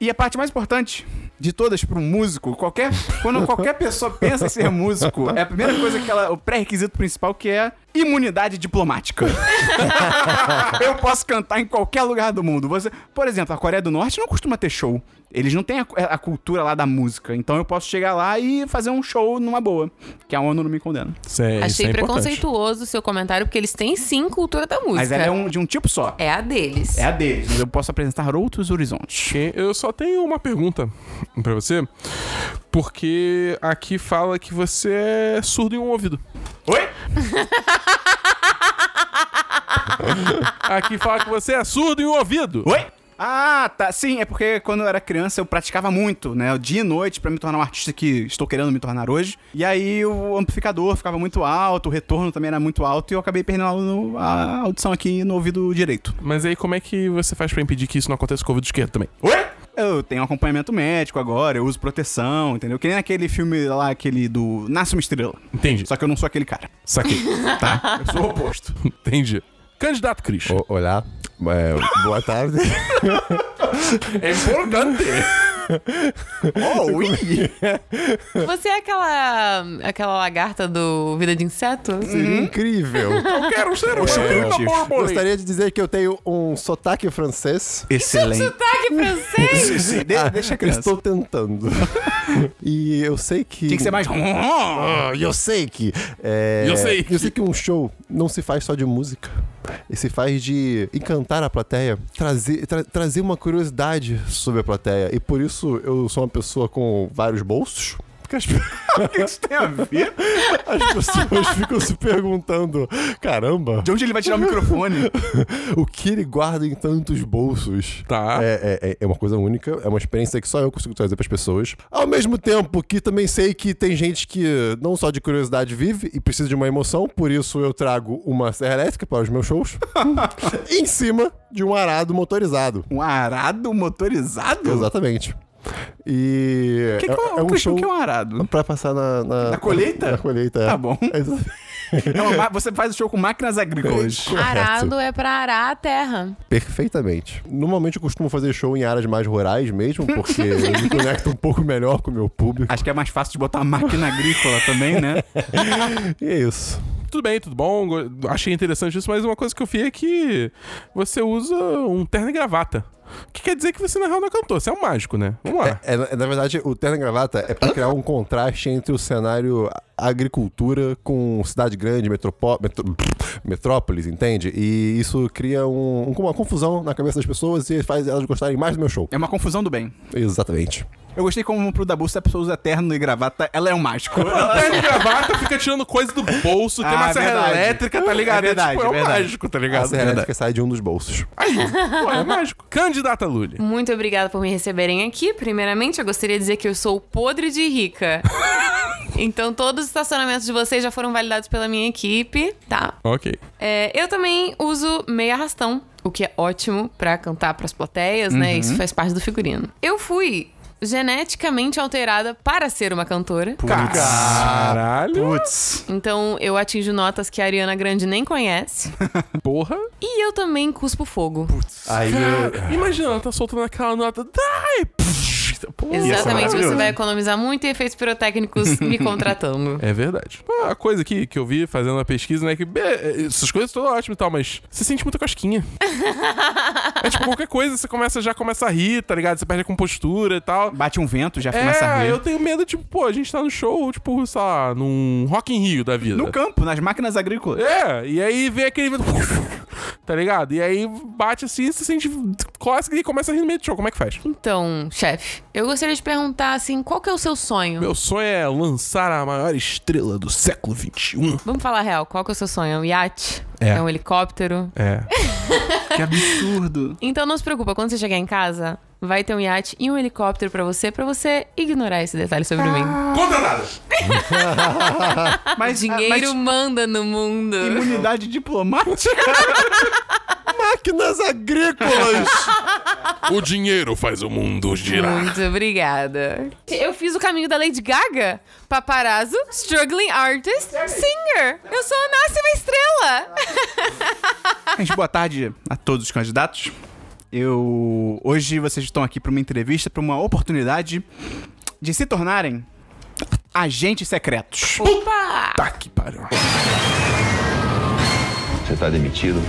A: E a parte mais importante de todas para um músico, qualquer quando qualquer pessoa pensa em ser músico, é a primeira coisa que ela, o pré-requisito principal que é imunidade diplomática. Eu posso cantar em qualquer lugar do mundo. Você, por exemplo, a Coreia do Norte não costuma ter show. Eles não têm a, a cultura lá da música. Então eu posso chegar lá e fazer um show numa boa, que a ONU não me condena.
B: Isso é, isso
C: Achei
B: é importante.
C: preconceituoso o seu comentário, porque eles têm sim cultura da música.
A: Mas ela é um- de um tipo só.
C: É a deles.
A: É a deles, mas eu posso apresentar outros horizontes.
B: Ok, Eu só tenho uma pergunta pra você, porque aqui fala que você é surdo em um ouvido.
A: Oi?
B: Aqui fala que você é surdo em um ouvido.
A: Oi? Ah, tá. Sim, é porque quando eu era criança eu praticava muito, né? Dia e noite pra me tornar um artista que estou querendo me tornar hoje. E aí o amplificador ficava muito alto, o retorno também era muito alto e eu acabei perdendo a, no- a audição aqui no ouvido direito.
B: Mas aí como é que você faz pra impedir que isso não aconteça com o ouvido esquerdo também?
A: Oi? Eu tenho um acompanhamento médico agora, eu uso proteção, entendeu? Que nem aquele filme lá, aquele do Nasce uma Estrela.
B: Entendi.
A: Só que eu não sou aquele cara.
B: Saquei.
A: Tá? Eu sou o oposto.
B: Entendi. Candidato Cris.
D: O- olá. É, boa tarde.
A: É importante. oh, ui.
C: Você é aquela, aquela lagarta do Vida de Inseto?
D: Incrível.
B: Eu quero ser um o
A: chupim da borboleta.
D: Gostaria de dizer que eu tenho um sotaque francês.
A: Excelente.
C: Sotaque francês!
A: De- Ah, deixa a criança.
D: Estou tentando. e eu sei que.
A: Tem que ser mais.
D: Ah, eu sei que. é,
B: Eu sei que-
D: Eu sei que um show não se faz só de música. E se faz de encantar a plateia, trazer, tra- trazer uma curiosidade sobre a plateia. E por isso eu sou uma pessoa com vários bolsos. Porque as,
A: O que isso tem a ver?
D: as pessoas ficam se perguntando: caramba,
A: De onde ele vai tirar o microfone?
D: o que ele guarda em tantos bolsos?
A: Ah.
B: Tá.
D: É, é- é- é uma coisa única, é uma experiência que só eu consigo trazer pras pessoas. Ao mesmo tempo que também sei que tem gente que não só de curiosidade vive e precisa de uma emoção, por isso eu trago uma serra elétrica para os meus shows em cima de um arado motorizado.
A: Um arado motorizado?
D: Exatamente. E.
A: Que que é, um que é um arado?
D: Pra passar na. Na,
A: Na colheita?
D: Na colheita, é.
A: Tá bom.
D: É isso-
A: É uma ma- você faz o show com máquinas agrícolas.
C: Arado é pra arar a terra.
D: Perfeitamente. Normalmente eu costumo fazer show em áreas mais rurais mesmo, porque eu me conecto um pouco melhor com o meu público.
A: Acho que é mais fácil de botar uma máquina agrícola também, né?
D: E é isso.
B: Tudo bem, tudo bom. go- Achei interessante isso, mas uma coisa que eu vi é que você usa um terno e gravata. O que quer dizer que você na real não é cantor, você é um mágico, né? Vamos lá.
D: É, na- na verdade, o terno e gravata é pra criar um contraste entre o cenário agricultura com cidade grande, metropó metro- metrópolis, entende? E isso cria um, um- uma confusão na cabeça das pessoas e faz elas gostarem mais do meu show. é
A: É uma confusão do bem.
D: Exatamente.
A: Eu gostei como pro Dabu, se a pessoa usa terno e gravata, ela é um mágico.
B: Terno e gravata fica tirando coisa do bolso, tem uma
A: Ah,
B: serra
A: verdade.
B: elétrica, tá ligado?
A: É verdade,
B: tipo, é,
A: é
B: um
A: verdade.
B: mágico, tá
D: A
B: ligado?
D: serra elétrica sai de um dos bolsos.
B: Pô, é mágico. Candidata Lully.
C: Muito obrigada por me receberem aqui. Primeiramente, eu gostaria de dizer que eu sou podre de rica. Então, todos os estacionamentos de vocês já foram validados pela minha equipe, tá?
B: Ok.
C: É, eu também uso meio arrastão, o que é ótimo pra cantar pras plateias, né?
B: Uhum.
C: Isso faz parte do figurino. Eu fui geneticamente alterada para ser uma cantora.
B: Caralho.
A: Ah, Putz.
C: Então eu atinjo notas que a Ariana Grande nem conhece.
B: Porra.
C: e eu também cuspo fogo.
D: Aí eu-
B: Imagina, ela tá soltando aquela nota. Dai! Psh, Pô,
D: Pô,
C: Exatamente, você
A: maravilhoso.
C: vai economizar muito em efeitos pirotécnicos me contratando.
B: É verdade. Uma coisa aqui que eu vi fazendo a pesquisa, né? Que be- essas coisas todas ótimas e tal, mas você sente muita cosquinha. é tipo, qualquer coisa você começa, já começa a rir, tá ligado? Você perde a compostura e tal.
A: Bate um vento, já começa a
B: É,
A: rir.
B: eu tenho medo, tipo, pô, a gente tá no show, tipo, sei lá, num Rock in Rio da vida.
A: No campo, nas máquinas agrícolas.
B: É, e aí vem aquele vento. Tá ligado? E aí bate assim, você sente cócega e começa a rir no meio do show. Como é que faz?
C: Então, chefe, eu gostaria de perguntar assim, qual que é o seu sonho?
B: Meu sonho é lançar a maior estrela do século um. XXI.
C: Vamos falar real, qual que é o seu sonho? É um iate?
B: É.
C: um helicóptero?
B: É.
A: Que absurdo.
C: Então não se preocupa, quando você chegar em casa, vai ter um iate e um helicóptero pra você, pra você ignorar esse detalhe sobre mim.
B: Contratado!
A: Mas
C: Dinheiro manda no mundo.
A: mas imunidade diplomática?
D: Máquinas agrícolas!
B: O dinheiro faz o mundo girar.
C: Muito obrigada. Eu fiz o caminho da Lady Gaga. Paparazzo, struggling artist, singer. Eu sou a máxima estrela.
A: Gente, boa tarde a todos os candidatos. Eu. Hoje vocês estão aqui para uma entrevista, para uma oportunidade de se tornarem agentes secretos.
C: Opa!
B: Tá que pariu.
F: Você está demitido.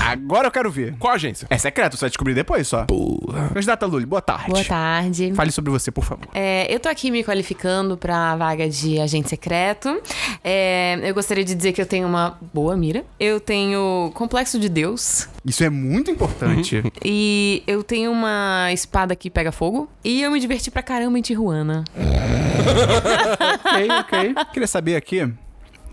A: Agora eu quero ver.
B: Qual agência?
A: É secreto, você vai descobrir depois só.
B: Porra.
A: Candidata Lully, boa tarde.
C: Boa tarde.
A: Fale sobre você, por favor.
C: É, eu tô aqui me qualificando pra vaga de agente secreto. É, eu gostaria de dizer que eu tenho uma boa mira. Eu tenho complexo de Deus.
A: Isso é muito importante.
C: E eu tenho uma espada que pega fogo. E eu me diverti pra caramba em Tijuana.
A: ok, ok. Queria saber aqui.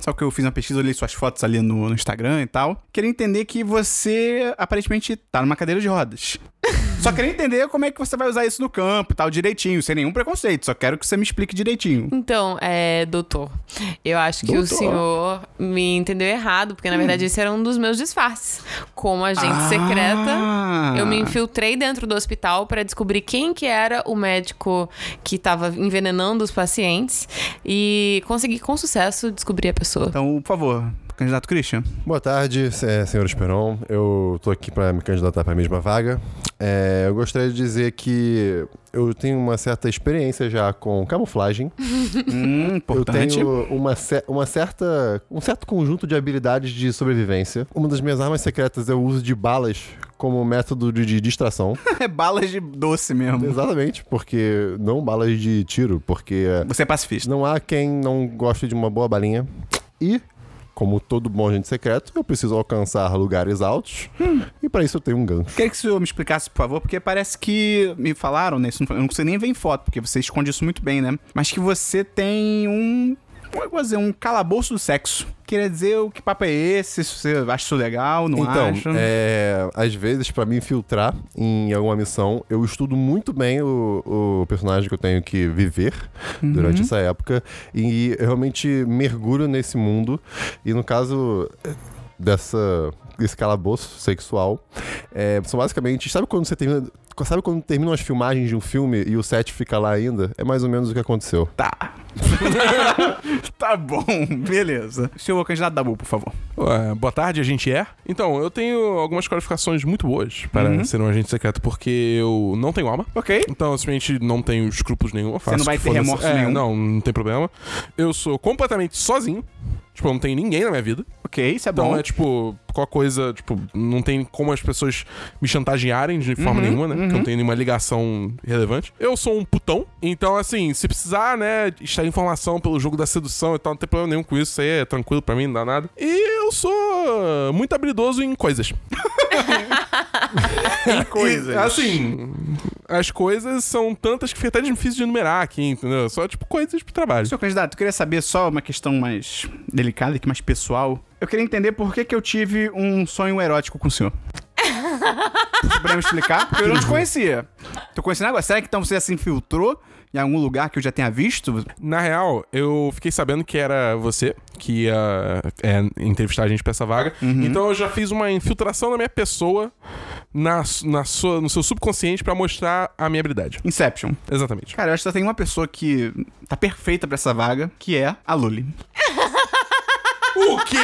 A: Só que eu fiz uma pesquisa, olhei suas fotos ali no, no Instagram e tal. Queria entender que você aparentemente tá numa cadeira de rodas. Só queria entender como é que você vai usar isso no campo e tal, direitinho, sem nenhum preconceito. Só quero que você me explique direitinho.
C: Então, é, doutor, eu acho que o
A: Doutor.
C: senhor me entendeu errado, porque na verdade esse era um dos meus disfarces. Como agente
A: Ah.
C: secreta, eu me infiltrei dentro do hospital pra descobrir quem que era o médico que tava envenenando os pacientes e consegui com sucesso descobrir a pessoa.
A: Então, por favor, candidato Christian.
D: Boa tarde, se- é, senhor Esperon. Eu tô aqui para me candidatar para a mesma vaga. É, eu gostaria de dizer que eu tenho uma certa experiência já com camuflagem.
A: Hum, importante.
D: Eu tenho uma, ce- uma certa, um certo conjunto de habilidades de sobrevivência. Uma das minhas armas secretas é o uso de balas como método de, de distração.
A: É balas de doce mesmo.
D: Exatamente, porque não balas de tiro, porque é,
A: Você é pacifista.
D: não há quem não goste de uma boa balinha. E, como todo bom agente secreto, eu preciso alcançar lugares altos. E para isso eu tenho um gancho.
A: Queria que o senhor me explicasse, por favor, porque parece que me falaram, né? Isso não, eu não sei nem ver em foto, porque você esconde isso muito bem, né? Mas que você tem um. Como é que eu vou dizer? Um calabouço do sexo. Queria dizer o que papo é esse, se você acha isso legal, não
D: Então,
A: acha.
D: é, às vezes, pra me infiltrar em alguma missão, eu estudo muito bem o, o personagem que eu tenho que viver durante essa época. E eu realmente mergulho nesse mundo. E no caso é, dessa, desse calabouço sexual, é, são basicamente. Sabe quando você termina. Sabe quando terminam as filmagens de um filme e o set fica lá ainda? É mais ou menos o que aconteceu.
A: Tá. tá bom, beleza. Senhor candidato Dabu, por favor.
B: Ué, boa tarde, a gente é. Então, eu tenho algumas qualificações muito boas para ser um agente secreto, porque eu não tenho alma.
A: Ok.
B: Então, eu simplesmente não tenho escrúpulos nenhum. eu faço
A: não vai
B: que
A: ter
B: foda-se.
A: remorso
B: É,
A: nenhum.
B: Não, não tem problema. Eu sou completamente sozinho. Tipo, eu não tenho ninguém na minha vida.
A: Ok, isso é
B: Então
A: bom.
B: é tipo, qualquer coisa, tipo, não tem como as pessoas me chantagearem de
A: Uhum,
B: forma nenhuma, né? Porque eu não tenho nenhuma ligação relevante. Eu sou um putão, então assim, se precisar, né, extrair informação pelo jogo da sedução e tal, não tem problema nenhum com isso, isso aí é tranquilo pra mim, não dá nada. E eu sou muito habilidoso em coisas.
A: Tem
B: E, assim, as coisas são tantas que fica até difícil de enumerar aqui, entendeu? Só tipo coisas pro trabalho.
A: Senhor candidato, eu queria saber só uma questão mais delicada, aqui, mais pessoal. Eu queria entender por que, que eu tive um sonho erótico com o senhor. Você poderia me explicar? Porque eu não te conhecia. Tô conhecendo agora. Será que então você se infiltrou em algum lugar que eu já tenha visto?
B: Na real, eu fiquei sabendo que era você que ia é, entrevistar a gente pra essa vaga. Então eu já fiz uma infiltração na minha pessoa, na, su- na sua, no seu subconsciente, pra mostrar a minha habilidade.
A: Inception.
B: Exatamente.
A: Cara, eu acho que só tem uma pessoa que tá perfeita pra essa vaga, que é a Lully.
B: O quê?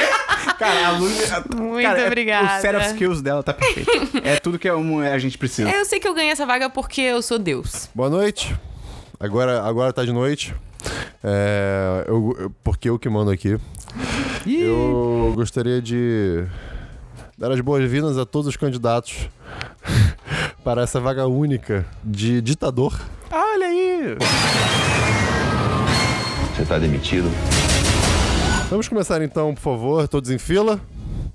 A: Cara, a Lúcia.
C: Muito
A: cara, é-
C: obrigada.
A: O set of skills dela tá perfeito. É tudo que é um- a gente precisa.
C: Eu sei que eu ganhei essa vaga porque eu sou Deus.
D: Boa noite. Agora, agora tá de noite. É, eu- eu- porque eu que mando aqui. Eu gostaria de dar as boas-vindas a todos os candidatos para essa vaga única de ditador.
A: Olha aí!
F: Você está demitido.
D: Vamos começar então, por favor, todos em fila.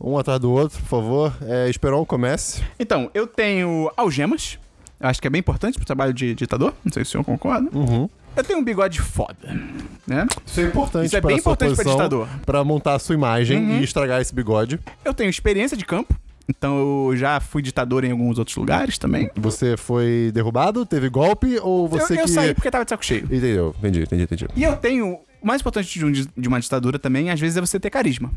D: Um atrás do outro, por favor. É, Esperon, comece.
A: Então, eu tenho algemas. Eu acho que é bem importante pro trabalho de ditador. Não sei se o senhor concorda.
D: Uhum.
A: Eu tenho um bigode foda, né?
D: Isso é importante
A: Isso é
D: para
A: bem
D: a sua
A: importante pra
D: posição,
A: ditador.
D: Pra Uhum. montar a sua imagem e estragar esse bigode.
A: Eu tenho experiência de campo. Então, eu já fui ditador em alguns outros lugares também.
D: Você foi derrubado? Teve golpe? Ou você
A: eu, eu
D: que...
A: saí porque tava de saco cheio.
D: Entendeu, entendi, entendi, entendi.
A: E eu tenho. O mais importante de, um di- de uma ditadura também, às vezes, é você ter carisma.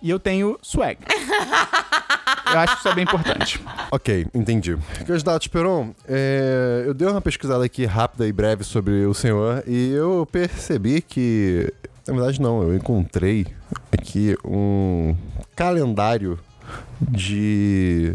A: E eu tenho swag. eu acho que isso é bem importante.
D: Ok, entendi. Candidato Peron, é, eu dei uma pesquisada aqui rápida e breve sobre o senhor e eu percebi que. Na verdade, não, eu encontrei aqui um calendário de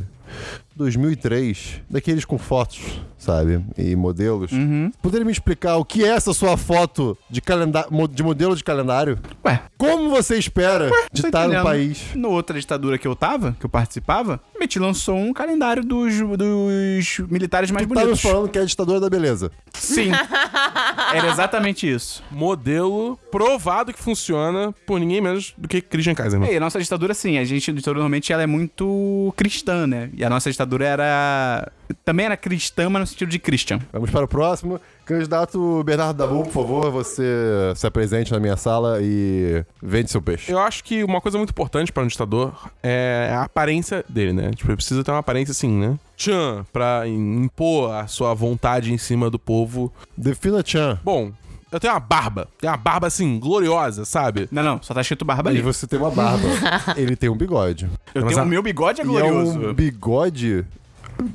D: 2003, daqueles com fotos, sabe? E modelos.
A: Uhum.
D: Poderia me explicar o que é essa sua foto de, calenda- mo- de modelo de calendário?
A: Ué,
D: Como você espera
A: tô
D: ditar um
A: entendendo.
D: país?
A: No outra ditadura que eu tava, que eu participava, Meti lançou um calendário dos, dos militares mais
D: Tá me
A: bonitos.
D: falando que é a ditadura da beleza.
A: Sim. Era exatamente isso.
B: Modelo provado que funciona por ninguém menos do que Christian Kaiser.
A: E a nossa ditadura, sim, a gente, a ditadura normalmente ela é muito cristã, né? E a nossa ditadura era. Também era cristã, mas no sentido de Christian.
D: Vamos para o próximo. Candidato Bernardo Dabu, por favor, você se apresente na minha sala e vende seu peixe.
B: Eu acho que uma coisa muito importante para um ditador é a aparência dele, né? Tipo, ele precisa ter uma aparência assim, né? Tchan, pra impor a sua vontade em cima do povo.
D: Defina Chan.
B: Bom, eu tenho uma barba. Tenho uma barba assim, gloriosa, sabe?
A: Não, não, só tá escrito barba
D: E
A: ali.
D: você tem uma barba. Ele tem um bigode.
A: Eu
B: Mas
A: tenho,
B: a-
A: o meu bigode é
D: E é
A: glorioso.
D: um bigode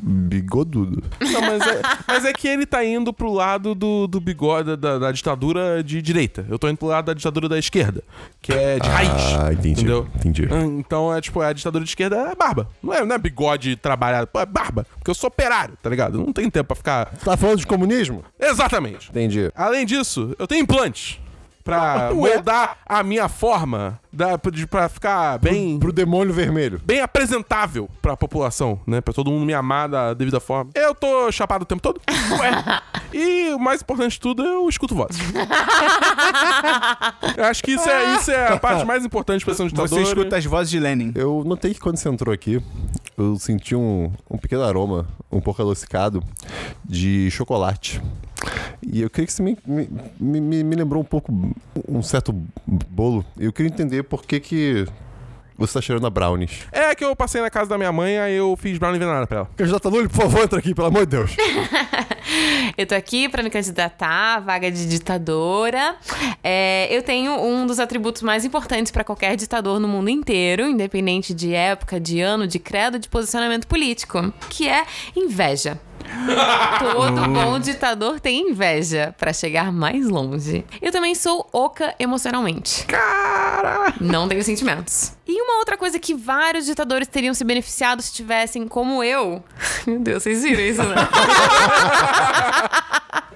D: bigodudo.
B: Não, mas, é, mas é que ele tá indo pro lado do, do bigode da, da ditadura de direita. Eu tô indo pro lado da ditadura da esquerda, que é de raiz.
D: Ah, entendi.
B: Entendeu?
D: Entendi.
B: Ah, Então é tipo, a ditadura de esquerda é barba. Não é, não é bigode trabalhado, pô, é barba. Porque eu sou operário, tá ligado? Eu Não tenho tempo pra ficar.
D: Tá falando de comunismo?
B: Exatamente.
D: Entendi.
B: Além disso, eu tenho implantes. Pra mudar a minha forma, da, de- pra ficar bem
D: Pro demônio vermelho.
B: bem apresentável pra população, né? Pra todo mundo me amar da devida forma. Eu tô chapado o tempo todo. Ué. E o mais importante de tudo, eu escuto vozes. eu acho que isso é, isso é a parte mais importante pra ser um ditador.
A: Você escuta as vozes de Lenin.
D: Eu notei que quando você entrou aqui, eu senti um, um pequeno aroma, um pouco adocicado, de chocolate. E eu creio que isso me, me, me, me lembrou um pouco um certo bolo. Eu queria entender por que que você tá cheirando a brownies.
B: É que eu passei na casa da minha mãe, aí eu fiz brownie envenenado pra ela.
D: Candidata Lully, por favor, entra aqui, pelo amor de Deus.
C: Eu tô aqui pra me candidatar à vaga de ditadora. É, eu tenho um dos atributos mais importantes pra qualquer ditador no mundo inteiro, independente de época, de ano, de credo, de posicionamento político, que é inveja. Todo bom ditador tem inveja pra chegar mais longe. Eu também sou oca emocionalmente. Não tenho sentimentos. E uma outra coisa que vários ditadores teriam se beneficiado se tivessem, como eu. Meu Deus, vocês viram isso, né?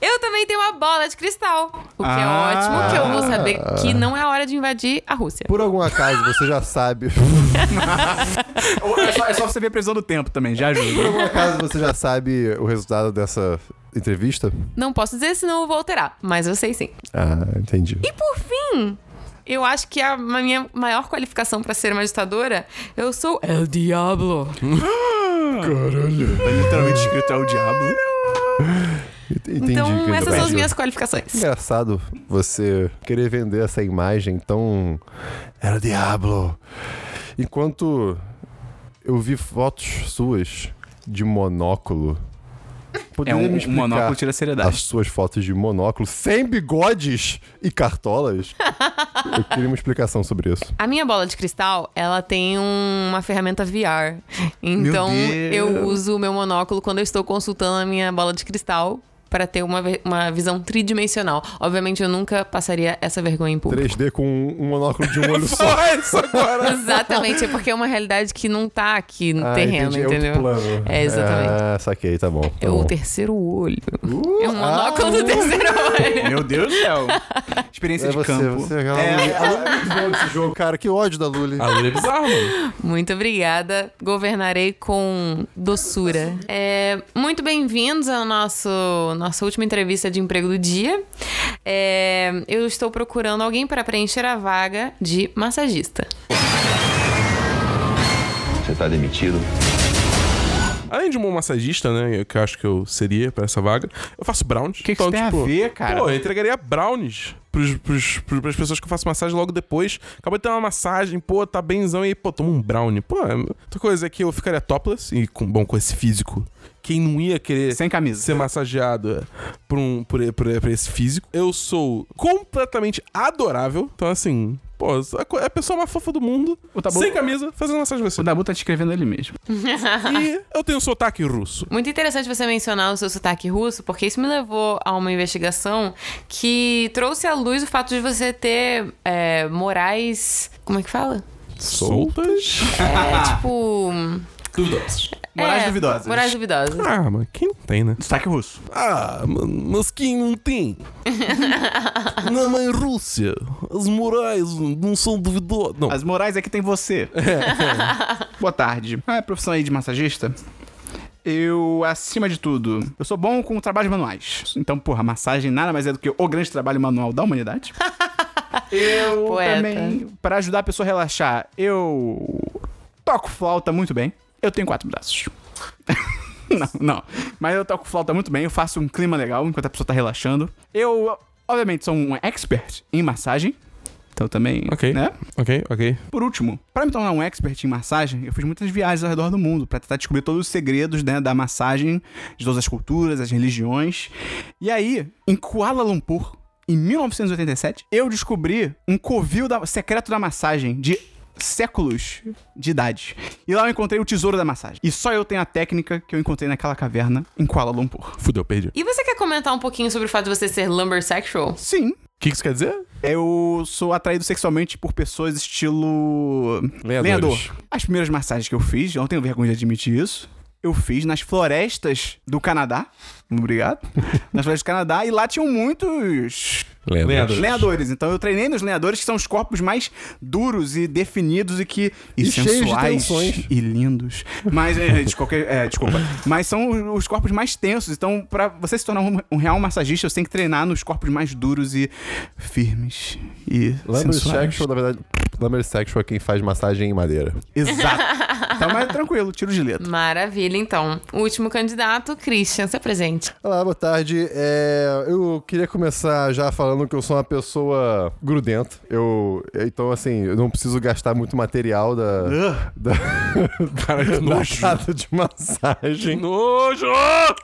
C: Eu também tenho uma bola de cristal. O que é
A: Ah.
C: ótimo, que eu vou saber que não é hora de invadir a Rússia.
D: Por algum acaso, você já sabe...
A: Ou É só, é só você ver a previsão do tempo também, já
D: Por
A: ajuda.
D: algum acaso, você já sabe o resultado dessa entrevista?
C: Não posso dizer, senão eu vou alterar. Mas eu sei sim.
D: Ah, entendi.
C: E por fim, eu acho que a ma- minha maior qualificação pra ser uma ditadora, eu sou
D: É,
C: El Diablo.
A: Tá literalmente escrito é o diabo.
D: Entendi. é
C: Então,
D: candidata
C: essas são as
D: Lully.
C: minhas qualificações.
D: Engraçado você querer vender essa imagem tão. Era o Diablo. Enquanto eu vi fotos suas de monóculo.
A: É
D: Poderia
A: um,
D: me
A: um
D: explicar
A: monóculo tira a seriedade.
D: as suas fotos de monóculo sem bigodes e cartolas? eu queria uma explicação sobre isso.
C: A minha bola de cristal, ela tem um- uma ferramenta VR. Então,
A: Deus.
C: eu uso o meu monóculo quando eu estou consultando a minha bola de cristal para ter uma, ve- uma visão tridimensional. Obviamente, eu nunca passaria essa vergonha em público.
D: 3D com um monóculo de um olho só.
B: Fala isso agora!
C: Exatamente, é porque é uma realidade que não tá aqui no
D: Ah,
C: terreno,
D: entendi,
C: entendeu?
D: É, outro plano.
C: É, exatamente.
D: Ah, saquei, tá bom. tá
C: É o
D: bom.
C: terceiro olho.
D: Uh,
C: é um monóculo do
D: ah,
C: terceiro olho.
A: Meu Deus do céu. Experiência
D: É
A: de
D: você,
A: campo.
D: você. A
A: É,
D: Lully- a Lully é muito boa desse jogo, cara. Que ódio da Lully.
B: A Lula é bizarro, mano.
C: Muito obrigada. Governarei com doçura. É, muito bem-vindos à nosso, nossa última entrevista de emprego do dia. É, eu estou procurando alguém para preencher a vaga de massagista.
F: Você está demitido.
B: Além de um bom massagista, né? Que eu acho que eu seria pra essa vaga, eu faço Então, tipo, brownies. O
A: que que isso tem a ver, cara?
B: Pô, eu entregaria brownies pros, pros, pros, pras pessoas que eu faço massagem logo depois. Acabou de ter uma massagem, pô, tá benzão e aí, pô, toma um brownie. Pô, é- outra coisa é que eu ficaria topless e com, bom, com esse físico. Quem não ia querer
A: Sem camisa.
B: ser massageado é, por, um, por, e- por, e- por esse físico. Eu sou completamente adorável. Então, assim, pô, a, co- a pessoa mais fofa do mundo,
A: O Tabu-
B: sem camisa, fazendo massagem com você.
A: O Dabu tá te escrevendo ele mesmo.
B: E eu tenho sotaque russo.
C: Muito interessante você mencionar o seu sotaque russo, porque isso me levou a uma investigação que trouxe à luz o fato de você ter é, morais. Como é que fala?
B: Soltas?
C: É tipo.
B: Duvidosas.
A: Morais
C: é,
A: duvidosas.
C: Morais duvidosas.
B: Ah, mas quem não tem, né?
A: Destaque russo.
B: Ah, mano, mas quem não tem? Na mãe Rússia, as morais não são duvidosas. Não. É,
A: As morais aqui tem você. Boa tarde. Ah, é profissão aí de massagista? Eu, acima de tudo, eu sou bom com trabalhos manuais. Então, porra, massagem nada mais é do que o grande trabalho manual da humanidade. eu
C: Poeta.
A: também, para ajudar a pessoa a relaxar, eu toco flauta muito bem. Eu tenho quatro braços. Não, não. Mas eu toco flauta muito bem, eu faço um clima legal enquanto a pessoa tá relaxando. Eu, obviamente, sou um expert em massagem. Então também,
B: Ok.
A: né?
B: Ok, ok.
A: Por último, para me tornar um expert em massagem, eu fiz muitas viagens ao redor do mundo para tentar descobrir todos os segredos né, da massagem, de todas as culturas, as religiões. E aí, em Kuala Lumpur, em 1987, eu descobri um covil da- secreto da massagem de séculos de idade. E lá eu encontrei o tesouro da massagem. E só eu tenho a técnica que eu encontrei naquela caverna em Kuala Lumpur.
B: Fudeu, perdi. O
C: E você quer comentar um pouquinho sobre o fato de você ser lumbersexual?
A: Sim,
B: que, que isso quer dizer?
A: Eu sou atraído sexualmente por pessoas estilo.
B: Lenhadores.
A: As primeiras massagens que eu fiz, eu não tenho vergonha de admitir isso. Eu fiz nas florestas do Canadá. Obrigado. nas florestas do Canadá. E lá tinham muitos
B: Lenhadores.
A: lenhadores. Então eu treinei nos lenhadores, que são os corpos mais duros e definidos e que. E,
D: E cheios de
A: sensuais
D: tensões.
A: e lindos. Mas, é, de qualquer- é, desculpa. Mas são os- os corpos mais tensos. Então, pra você se tornar um, um real massagista, você tem que treinar nos corpos mais duros e firmes. E sensuais.
D: Lumbersexual, na verdade, Lumbersexual é quem faz massagem em madeira.
A: Exato. Então, mas tranquilo, tiro de letra.
C: Maravilha, então. O último candidato, Christian, se apresente.
D: Olá, boa tarde. É, eu queria começar já falando que eu sou uma pessoa grudenta. Eu, então, assim, eu não preciso gastar muito material da, da,
B: Cara, que
D: da
B: nojo.
D: casa de massagem.
B: Nojo!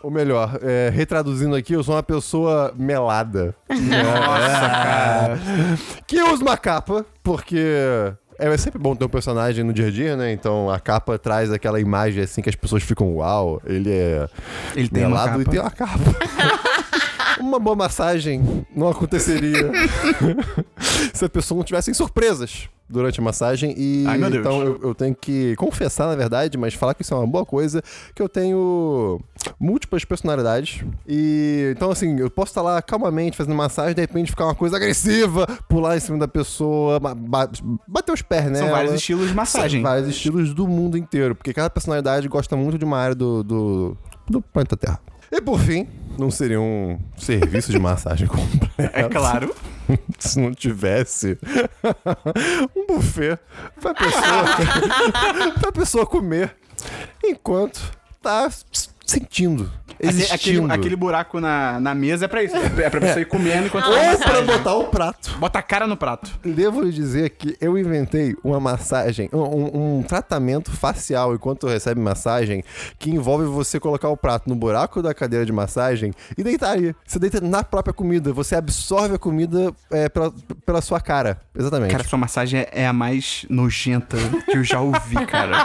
D: Ou melhor, é, retraduzindo aqui, eu sou uma pessoa melada.
A: É.
D: Nossa, cara. Que usa uma capa, porque. É sempre bom ter um personagem no dia a dia, né? Então a capa traz aquela imagem assim que as pessoas ficam, uau, ele é
A: Ele tem uma
D: melado e
A: capa.
D: tem uma capa. uma boa massagem não aconteceria se a pessoa não tivessem surpresas durante a massagem. E
A: Ai, meu Deus.
D: então eu, eu tenho que confessar, na verdade, mas falar que isso é uma boa coisa, que eu tenho múltiplas personalidades. E então, assim, eu posso estar lá calmamente fazendo massagem, de repente ficar uma coisa agressiva, pular em cima da pessoa, ba- ba- bater os pés nela.
A: São vários estilos de massagem.
D: Vários estilos do mundo inteiro, porque cada personalidade gosta muito de uma área do, do, do planeta Terra. E por fim, não seria um serviço de massagem completo.
A: É claro.
D: Se não tivesse um buffet pra pessoa, pra pessoa comer enquanto tá s- sentindo,
A: Aque-
D: existindo.
A: Aquele, aquele buraco na, na mesa é pra isso. É pra pessoa ir comendo enquanto faz
D: Ou pra
A: Ah, massagem.
D: botar o prato.
A: Bota a cara no prato.
D: Devo lhe dizer que eu inventei uma massagem, um- um, um tratamento facial enquanto recebe massagem, que envolve você colocar o prato no buraco da cadeira de massagem e deitar aí. Você deita na própria comida, você absorve a comida é, pela, pela sua cara. Exatamente.
A: Cara, sua massagem é a mais nojenta que eu já ouvi, cara.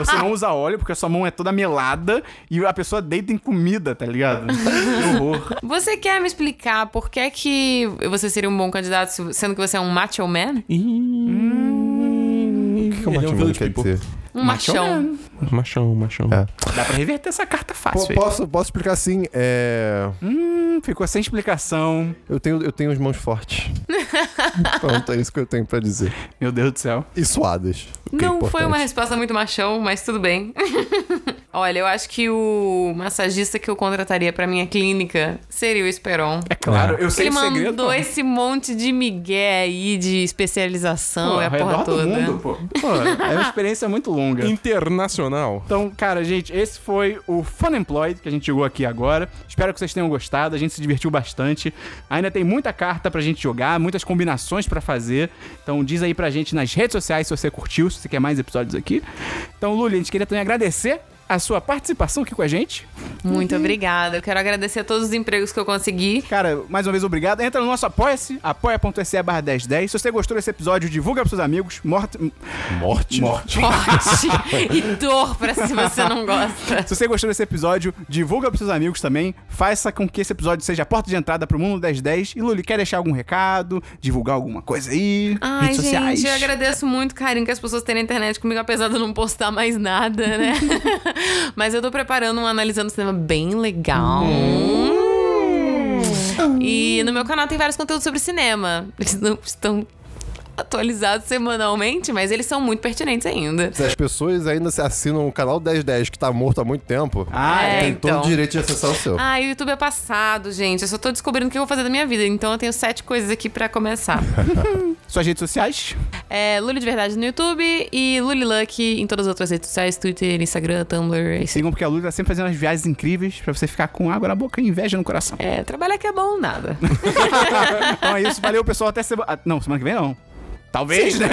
A: Você não usa óleo porque a sua mão é toda melada e a pessoa deita em comida, tá ligado? Que horror.
C: Você quer me explicar por que é que você seria um bom candidato se- sendo que você é um macho man?
B: O que, que é um
D: Ele é um
B: machão?
D: vilão de people.
C: Um machão.
B: Machão, machão.
D: É.
A: Dá pra reverter essa carta
D: Po-
A: fácil. aí.
D: posso, posso explicar assim? É...
A: Hum, ficou sem explicação.
D: Eu, tenho, eu tenho as mãos fortes. Pronto, é isso que eu tenho pra dizer.
A: Meu Deus do céu.
D: E suadas. o que é
C: Não foi
D: importante.
C: uma resposta muito machão, mas tudo bem. Olha, eu acho que o massagista que eu contrataria pra minha clínica seria o Esperon.
A: É claro, eu sei
C: Ele
A: o segredo.
C: mandou
A: pô.
C: esse monte de migué aí de especialização
A: Pô, é
C: e
A: ao
C: a porra
A: redor do
C: toda.
A: mundo, pô. Pô, é uma experiência muito longa.
B: Internacional.
A: Então, cara, gente, esse foi o Fun Employed que a gente jogou aqui agora. Espero que vocês tenham gostado. A gente se divertiu bastante. Ainda tem muita carta pra gente jogar, muitas combinações pra fazer. Então, diz aí pra gente nas redes sociais se você curtiu, se você quer mais episódios aqui. Então, Luli, a gente queria também agradecer a sua participação aqui com a gente. Uhum.
C: Muito obrigada. Eu quero agradecer a todos os empregos que eu consegui.
A: Cara, mais uma vez, obrigado. Entra no nosso apoia-se, apoia.se barra 1010. Se você gostou desse episódio, divulga pros seus amigos. Morte...
D: Morte? Morte.
C: Forte e dor pra se você não gosta.
A: Se você gostou desse episódio, divulga pros seus amigos também. Faça com que esse episódio seja a porta de entrada pro mundo 1010. E Luli, quer deixar algum recado? Divulgar alguma coisa aí?
C: Ai,
A: redes
C: gente,
A: sociais?
C: eu agradeço muito o carinho que as pessoas têm na internet comigo, apesar de eu não postar mais nada, né? Mas eu tô preparando um analisando cinema bem legal.
A: Hum.
C: E no meu canal tem vários conteúdos sobre cinema. Eles não estão atualizados semanalmente, mas eles são muito pertinentes ainda.
D: Se as pessoas ainda se assinam o canal 1010 que tá morto há muito tempo,
A: Ah,
C: É,
D: tem todo
C: então.
D: o direito de acessar o seu.
C: Ah, o YouTube é passado, gente. Eu só tô descobrindo o que eu vou fazer da minha vida. Então eu tenho sete coisas aqui pra começar.
A: Suas redes sociais?
C: É Lully de Verdade no YouTube e Lully Luck em todas as outras redes sociais, Twitter, Instagram, Tumblr, é isso.
A: Sigam porque a Luli tá sempre fazendo umas viagens incríveis pra você ficar com água na boca e inveja no coração.
C: É, trabalhar que é bom nada.
A: então é isso, valeu pessoal, até semana... ah, Não, semana que vem não. Talvez, né?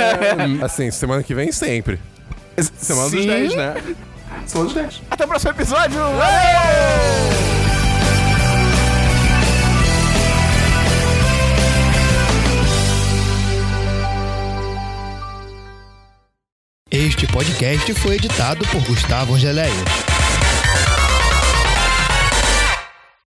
D: Assim, semana que vem sempre.
B: Semana dos
A: Sim.
B: 10, né? Semana dos 10.
A: Até o próximo episódio! Valeu!
G: Este podcast foi editado por Gustavo Angeléia.